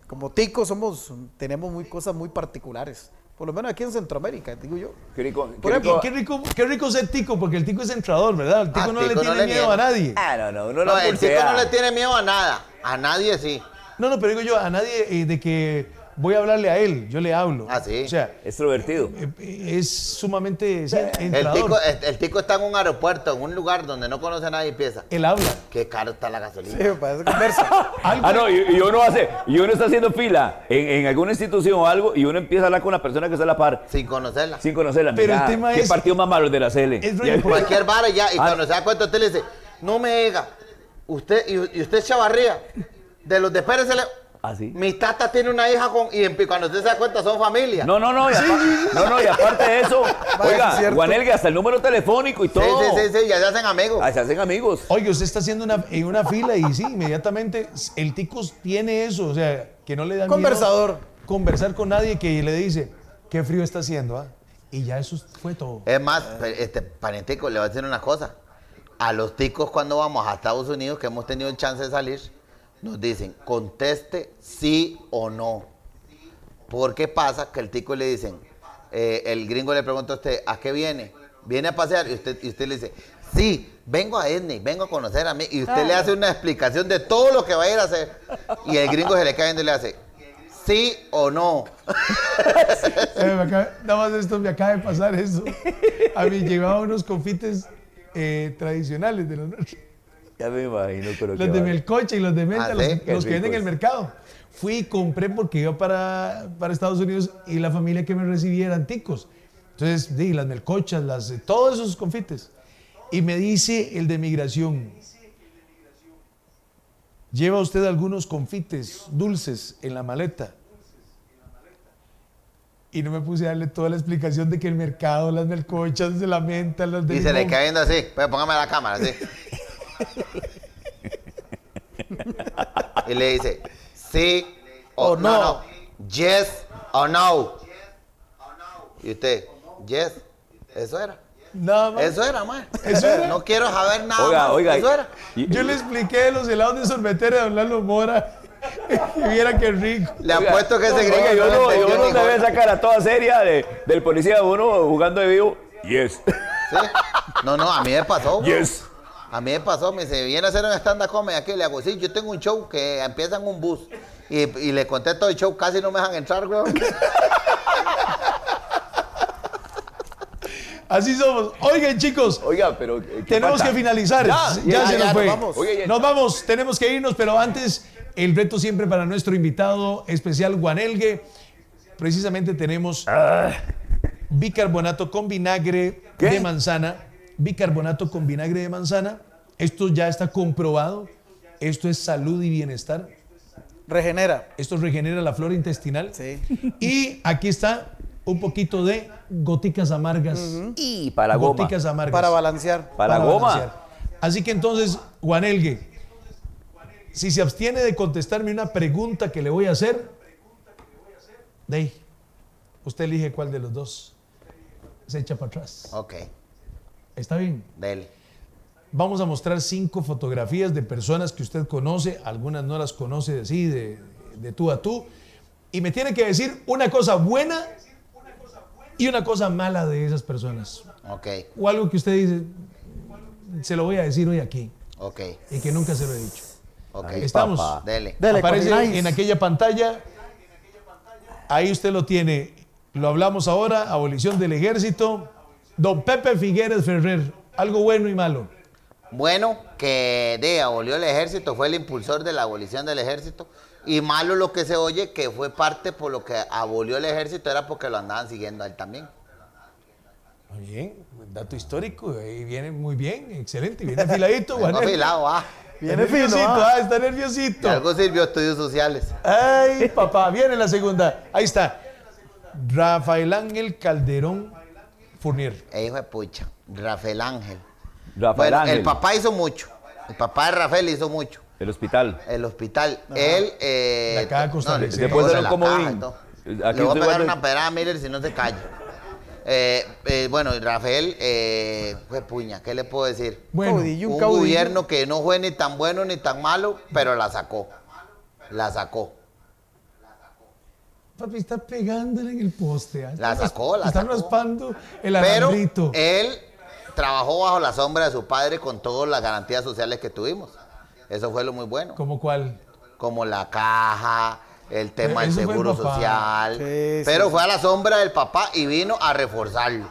como ticos somos, tenemos muy cosas muy particulares. Por lo menos aquí en Centroamérica, digo yo.
Qué rico- qué
Por ejemplo,
rico-
qué rico, qué rico ser tico, porque el tico es entrador, ¿verdad? El tico
Ah,
no
tico
le tiene miedo a nadie.
Ah, no, no, uno
No,
lo
el tico
pulsea.
no le tiene miedo a nada. A nadie sí.
No, no, pero digo yo, a nadie eh, de que voy a hablarle a él, yo le hablo.
Ah, sí.
O sea,
Extrovertido.
eh, eh, es sumamente sí,
El
entrador.
tico, el, el tico está en un aeropuerto, en un lugar donde no conoce a nadie y piensa,
Él habla.
qué caro está la gasolina.
Sí, parece conversa.
Algo-
Ah, no, y, y uno hace, y uno está haciendo fila en, en alguna institución o algo, y uno empieza a hablar con la persona que está a la par,
Sin conocerla.
sin conocerla.
Pero el
Mira,
tema
¿Qué
es-
partido más malo el de la CL?
Es
Ya-
rollo-
Cualquier bar y ya, y
Ah.
cuando se da cuenta usted le dice, no me diga, usted, y, y usted es chavarría, de los de Pérez se le...
¿Ah, sí?
Mi tata tiene una hija con... Y en- y cuando usted se da cuenta son familia.
No, no, no, y apa- no, no, y aparte de eso,
es
oiga,
cierto.
Guanelga, hasta el número telefónico y
Sí,
todo.
sí, sí, sí, ya se hacen amigos.
Ah, se hacen amigos.
Oye, usted está haciendo una, en una fila y sí, inmediatamente el tico tiene eso, o sea, que no le da miedo
Conversador.
conversar con nadie que le dice, qué frío está haciendo, ah?" Y ya eso fue todo.
Es más, pe- este, parentico, le voy a decir una cosa. A los ticos cuando vamos a Estados Unidos, que hemos tenido el chance de salir, nos dicen, conteste sí o no. Porque pasa que el tico le dicen, eh, el gringo le pregunta a usted, ¿a qué viene? Viene a pasear y usted, y usted le dice, sí, vengo a Disney, vengo a conocer a mí. Y usted le hace una explicación de todo lo que va a ir a hacer. Y el gringo se le cae viendo y le hace, sí o no.
Eh, me acaba- nada más esto me acaba de pasar eso. A mí llevaba unos confites eh, tradicionales de los nuestros.
Ya me imagino, pero
Los de melcoche y los de menta,
Ah,
los,
¿sí?
los
Qué
que venden en el
ricos.
mercado. Fui y compré porque iba para, para Estados Unidos y la familia que me recibía eran ticos. Entonces, di las melcochas, las, eh, todos esos confites. Y me dice el de migración, ¿lleva usted algunos confites dulces en la maleta? Y no me puse a darle toda la explicación de que el mercado, las melcochas, de la menta, las de
Y se le
limón.
cae viendo así, pues póngame la cámara, así. y le dice, sí o,
O
no.
no.
no, yes o no. Y usted, yes, eso era.
Nada más.
Eso era, más.
Eso era.
No quiero saber nada
Oiga,
más.
oiga.
Ah, Eso era.
y-
Yo le expliqué los helados de sorbetera de Orlando Mora. y viera qué rico.
Le
Oiga,
apuesto que ese
oiga,
gringo
yo
no
no, yo
entendió
no
ni
te voy a
joda.
sacar a toda seria de- del policía uno jugando de vivo. Yes,
Sí. No, no, a mí me pasó. güey.
yes.
A mí me pasó, me dice, viene a hacer un stand-up comedy aquí, le hago, sí, yo tengo un show que empieza en un bus. Y, y le conté todo el show, casi no me dejan entrar, güey.
Así somos. Oigan, chicos,
Oiga, pero. eh, ¿qué
tenemos
falta?
que finalizar. Ya,
ya,
se
ya,
nos
nos
fue.
vamos.
Oye, ya.
Nos vamos, tenemos que irnos, pero antes, el reto siempre para nuestro invitado especial, Guanelgue. Precisamente tenemos bicarbonato con vinagre
¿Qué?
de manzana. Bicarbonato con vinagre de manzana. Esto ya está comprobado. Esto es salud y bienestar.
Regenera.
Esto regenera la flora intestinal.
Sí.
Y aquí está un poquito de goticas amargas.
Y para goma.
Goticas amargas.
Para balancear.
Para goma.
balancear. Así que entonces, Juanelgue, si se abstiene de contestarme una pregunta que le voy a hacer, de ahí, usted elige cuál de los dos se echa para atrás.
Ok,
¿Está bien?
dele.
Vamos a mostrar cinco fotografías de personas que usted conoce, algunas no las conoce así, de, de tú a tú, y me tiene que decir una cosa buena y una cosa mala de esas personas.
Ok,
O algo que usted dice, se lo voy a decir hoy aquí,
ok,
y que nunca se lo he dicho.
ok.
Estamos.
papá.
Dele.
Dele,
Aparece
Cornelais.
en aquella pantalla. Ahí usted lo tiene. Lo hablamos ahora, abolición del ejército. Don Pepe Figueres Ferrer, algo bueno y malo.
Bueno, que de abolió el ejército, fue el impulsor de la abolición del ejército. Y malo lo que se oye, que fue parte por lo que abolió el ejército, era porque lo andaban siguiendo a él también.
Muy bien, dato histórico, ahí viene muy bien, excelente, viene afiladito,
Vengo
Juanel.
afilado, ah.
Está nerviosito, ah, está nerviosito.
De algo sirvió estudios sociales.
Ay, papá, viene la segunda. Ahí está. Rafael Ángel Calderón Fournier.
E hijo de pucha, Rafael Ángel.
Rafael
bueno,
Ángel.
el papá hizo mucho. El papá de Rafael hizo mucho.
El hospital.
El hospital. Él. Eh,
La caja costarricense.
Después
todo,
de
la
un comodín.
caja y todo.
Aquí
Le voy a
usted
pegar
guarda-
una pedada, Miller, si no se calla. Eh, eh, bueno, Rafael, eh, fue puña, ¿qué le puedo decir?
Bueno,
Caudillo. Y un
un
caudillo.
gobierno que no fue ni tan bueno ni tan malo, pero la sacó. La sacó.
papi está pegándole en el poste. ah,
La
está ras-
sacó, la
Está
sacó.
raspando el
Pero eh,
alambrito.
él trabajó bajo la sombra de su padre con todas las garantías sociales que tuvimos. Eso fue lo muy bueno.
¿Cómo cuál?
Como la caja, el tema del
Eso fue el
seguro
papá.
social.
Sí,
pero
sí.
fue a la sombra del papá y vino a reforzarlo.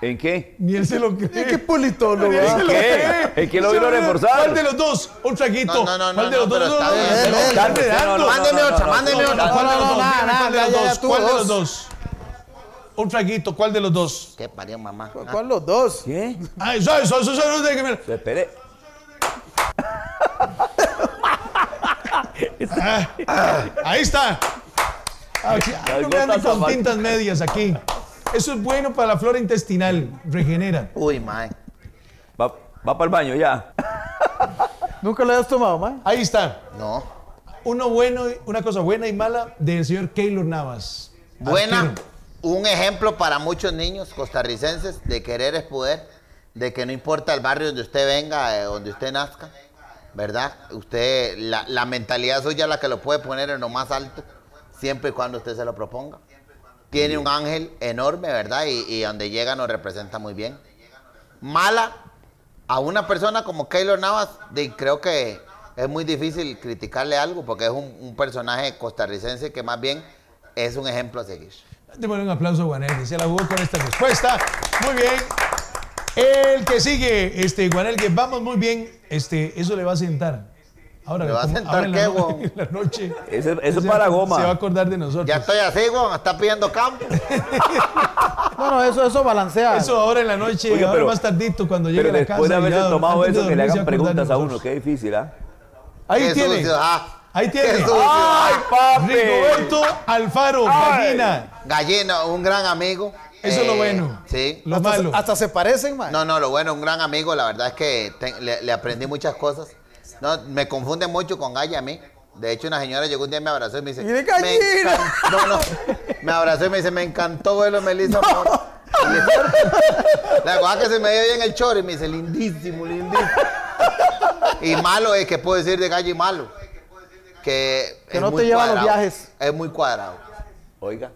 ¿En qué?
Ni él se lo cree.
Mira qué politólogo.
Ni él se
ah.
lo
¿Qué?
cree.
¿En qué lo
No
vino a
se cree.
reforzar?
¿Cuál de los dos? Un traguito.
No, no, no,
¿Cuál de
no,
los dos?
pero está bien,
él, él.
calme,
Usted no,
dando.
no,
Mándeme otra, mándeme
No,
otra.
¿Cuál de los
no,
dos?
nada,
Dígame, ¿Cuál de
nada,
los
ya, ya
dos?
tú,
¿Cuál de
dos.
los dos? Ah, Un traguito, ¿cuál de los dos?
Qué parió mamá. Ah,
¿Cuál los dos?
¿Qué?
Ay, eso, eso, eso, eso, de que mira.
Espere.
Ahí está. Ah, sí, ah, no me anden
gotas
con
abajo.
tintas medias aquí. Eso es bueno para la flora intestinal. Regenera.
Uy, mae.
Va, va para el baño ya.
Nunca lo habías tomado, man.
Ahí está.
No.
Uno bueno, y- una cosa buena y mala del señor Keylor Navas.
Buena,
Arquero.
un ejemplo para muchos niños costarricenses de querer es poder, de que no importa el barrio donde usted venga, eh, donde usted nazca, ¿verdad? Usted, la, la mentalidad suya es la que lo puede poner en lo más alto, siempre y cuando usted se lo proponga. Tiene un ángel enorme, ¿verdad? Y, y donde llega nos representa muy bien. Mala, a una persona como Keylor Navas, de- creo que es muy difícil criticarle algo porque es un, un personaje costarricense que más bien es un ejemplo a seguir.
Démosle un aplauso a Guanel, que se la jugó con esta respuesta. Muy bien. El que sigue, este, Guanel, que vamos muy bien. Este, eso le va a sentar. Ahora,
¿Le va a
como-
sentar
ahora en la
qué,
no-
huevón?
En la noche.
Ese- eso es
O sea,
para goma.
Se va a acordar de nosotros.
Ya estoy así, weón, está pidiendo campo.
No, no, eso, eso balancea.
Eso ahora en la noche,
Oiga,
ahora más tardito, cuando llegue
pero
a la casa.
después de
y
haberse
ya dormir,
tomado
antes de
eso, que le
dormir se
hagan
va acordar de
preguntas a uno.
nosotros.
Qué difícil, ¿ah?
Ahí
Qué
tiene.
sucio, ah.
Ahí tiene.
Qué sucio.
¡Ay, papi!
Rigoberto Alfaro,
Ay.
Gallina.
Gallina, un gran amigo. Eh,
Eso es lo bueno.
Sí.
Lo
hasta,
malo.
hasta se parecen, man.
No, no, lo bueno, un gran amigo, la verdad es que te- le, le aprendí muchas cosas. No, me confunde mucho con Gaya a mí. De hecho, una señora llegó un día y me abrazó y me dice...
¡Mire,
"Me
gallina!"
encan- No, no, me abrazó y me dice, me encantó verlo, Melissa. amor". La cosa que se me dio bien el chorro y me dice, lindísimo, lindísimo. Y malo es que puedo decir de Gaya y malo. Que,
Que
es
no
muy
te lleva a los
cuadrado,
viajes.
Es muy cuadrado.
Oiga.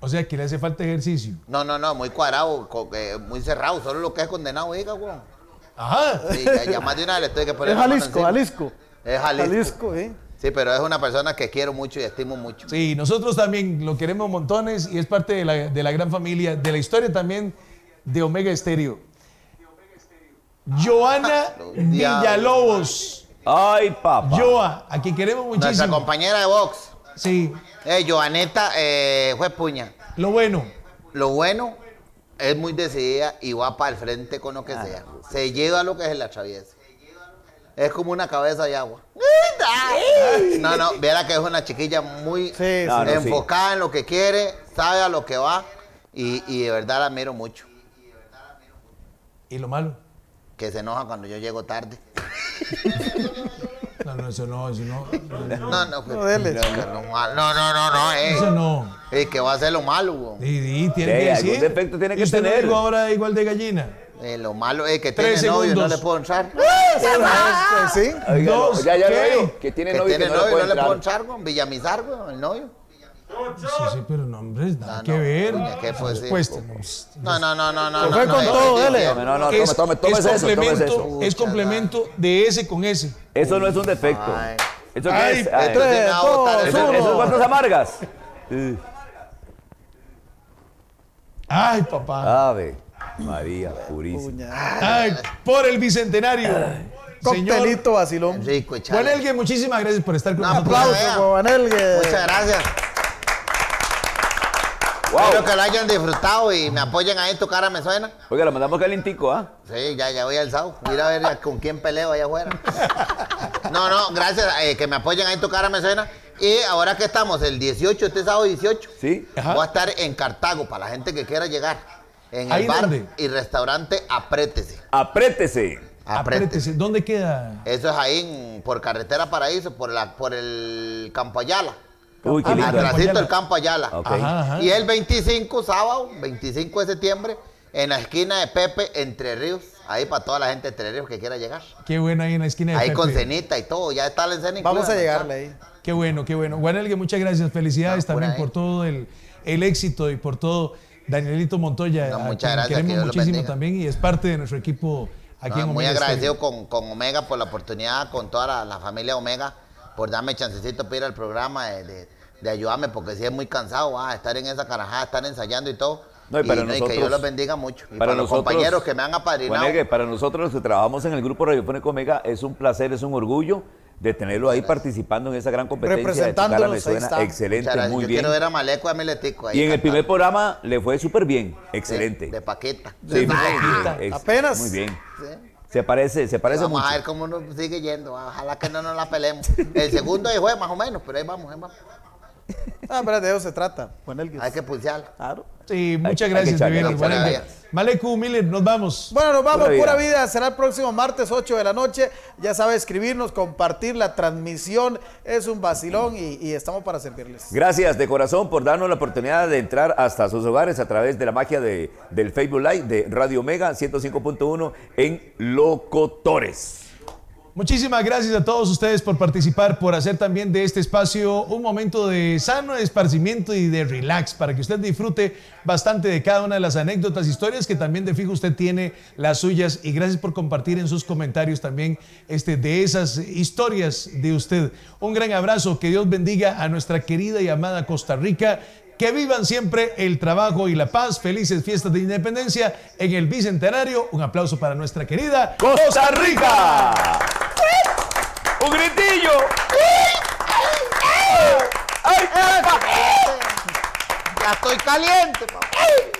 O sea que le hace falta ejercicio.
No, no, no, muy cuadrado, co- eh, muy cerrado. Solo lo que es condenado, diga, weón.
Ajá.
Sí, ya, ya más de una vez le tuve que poner
es
la mano
Jalisco,
encima.
Jalisco.
Es Jalisco.
Jalisco, ¿eh?
Sí, pero es una persona que quiero mucho y estimo mucho.
Sí, nosotros también lo queremos montones y es parte de la, de la gran familia, de la historia también de Omega Estéreo. Joana
Los diablos.
Villalobos.
¡Ay, papá!
Joa, a quien queremos
Nuestra
muchísimo.
compañera de box,
Sí,
eh, Joaneta, eh, fue puña.
lo bueno.
Lo bueno es muy decidida y va para el frente con lo que sea. Se lleva lo que se le atraviesa. Es como una cabeza de agua. No, no, viera que es una chiquilla muy
Sí,
No, no, sí.
enfocada en lo que quiere, sabe a lo que va y, y de verdad la admiro mucho.
Y lo malo.
Que se enoja cuando yo llego tarde.
No, no, eso no, eso no.
No, no, pues,
No, dele.
no, no, no, no, no, no,
Eso
eh.
no.
Es que va a ser lo malo, weón.
Sí, sí, tiene
Sí,
que
algún
decir.
defecto tiene
Y
que
usted no
tener.
dijo ahora igual de gallina.
Eh, lo malo es que
Tres
tiene novio y no
segundos.
le puedo entrar.
Este, sí.
Oígalo,
Dos,
ya, ya
¿qué?
lo digo, que tiene
Que
novio y
tiene
que no le
novio y
puede
no le puedo
entrar.
entrar, weón. Villamizar, weón, el novio.
Sí, sí, pero no, hombre, nada
Ah,
que
no.
ver.
Es que fue así.
Respuesta, no.
Pues
No, no, no, no, no.
Se pues fue
no,
con
no,
todo,
eh,
dele.
eh,
No, no, no,
es,
tome, tome, tome
es
eso, tome
complemento,
eso.
es complemento de ese con ese.
Eso no es un defecto.
Ay.
¿Eso qué
Ay,
es? Ay,
entonces-
Tres,
nada, botar
dos,
el-
¿Eso,
uno.
eso es cuántas amargas? Eh,
Ay, papá.
Ave María Purísima.
Puñal.
Ay, por el bicentenario. Señor,
Coctelito vacilón.
Rico, chale.
Juan Elgue, muchísimas gracias por estar con
No,
nosotros.
aplauso.
Aplausos, Guabanelgue.
Muchas gracias. Espero
Wow.
que lo hayan disfrutado y me apoyen ahí. Tu cara me suena.
Oiga, lo mandamos calientico, ¿ah?
Sí, ya, ya voy alzado. Voy a ir a ver a- con quién peleo allá afuera. No, no, gracias. eh, que me apoyen ahí en tu cara, me suena. Y ahora que estamos, el 18, este sábado 18,
Sí.
Ajá.
voy a estar en Cartago para la gente que quiera llegar. En
¿Ahí
el bar
dónde?
y restaurante Aprétese.
Apriétese.
Aprétese.
Apriétese. ¿Dónde queda?
Eso es ahí en- por Carretera Paraíso, por, la, por el Campo Ayala.
Uy,
Ah,
qué lindo.
atrás.
Atrasito
Ayala.
el Campo Ayala.
Ok.
Ajá, ajá.
Y el 25, sábado, 25 de septiembre, en la esquina de Pepe, Entre Ríos. Ahí para toda la gente de Entre Ríos que quiera llegar.
Qué bueno ahí en la esquina de
Ahí
Pepe.
con cenita y todo, ya está la
Vamos
cena incluida,
a
¿no?
llegarle ahí.
Qué bueno, qué bueno. Juan Elgue, muchas gracias. Felicidades
Ah, por
también
ahí.
por todo el, el éxito y por todo Danielito Montoya.
No,
a
muchas
quien
gracias, que
Queremos
Dios los
muchísimo
bendiga.
también y es parte de nuestro equipo aquí
No,
en
muy
Omega
agradecido
Stereo.
con, con Omega por la oportunidad, con toda la, la familia Omega, por darme chancecito para ir al programa, de, de- de ayudarme, porque si es muy cansado, ah, estar en esa carajada, estar ensayando y todo.
No, y para nosotros-
que Dios los bendiga mucho. Y para,
Para
los
nosotros-
compañeros que me han apadrinado.
Juan Egue, para nosotros los que trabajamos en el grupo Radiofónico Omega es un placer, es un orgullo de tenerlo ahí participando en esa gran competencia. de Tu
Representándonos,
Cara Me
ahí
Suena.
está.
Excelente,
Muchas gracias.
muy
Yo
bien.
quiero ver a Maleco y a Miletico. ahí
Y en el
cantando.
primer programa le fue súper bien,
Sí,
excelente.
De Paqueta.
Sí, muy
Paquita,
bien, ex-
apenas.
Muy bien.
Sí.
Se parece, se parece
vamos
mucho.
a ver cómo nos sigue yendo. Ojalá que no nos la pelemos. El segundo es jueves más o menos, pero ahí vamos, ahí vamos.
Ah, pero de eso se trata. Juanelgue.
Hay que pulsearla.
Claro.
Sí, muchas
hay que
gracias, de
echarle
veras,
ganas.
Juan Elgue.
Gracias.
Maleku, Miller, nos vamos.
Bueno, nos vamos,
Pura vida.
pura vida. Será el próximo martes 8 de la noche. Ya sabe, escribirnos, compartir la transmisión. Es un vacilón y, y estamos para servirles.
Gracias de corazón por darnos la oportunidad de entrar hasta sus hogares a través de la magia de, del Facebook Live de Radio Omega 105.1 en Locotores.
Muchísimas gracias a todos ustedes por participar, por hacer también de este espacio un momento de sano esparcimiento y de relax para que usted disfrute bastante de cada una de las anécdotas, historias que también de fijo usted tiene las suyas y gracias por compartir en sus comentarios también este, de esas historias de usted. Un gran abrazo, que Dios bendiga a nuestra querida y amada Costa Rica. Que vivan siempre el trabajo y la paz. Felices fiestas de independencia en el Bicentenario. Un aplauso para nuestra querida
Costa Rica. Un gritillo. ¡Ay, papá!
Ya estoy caliente, papá.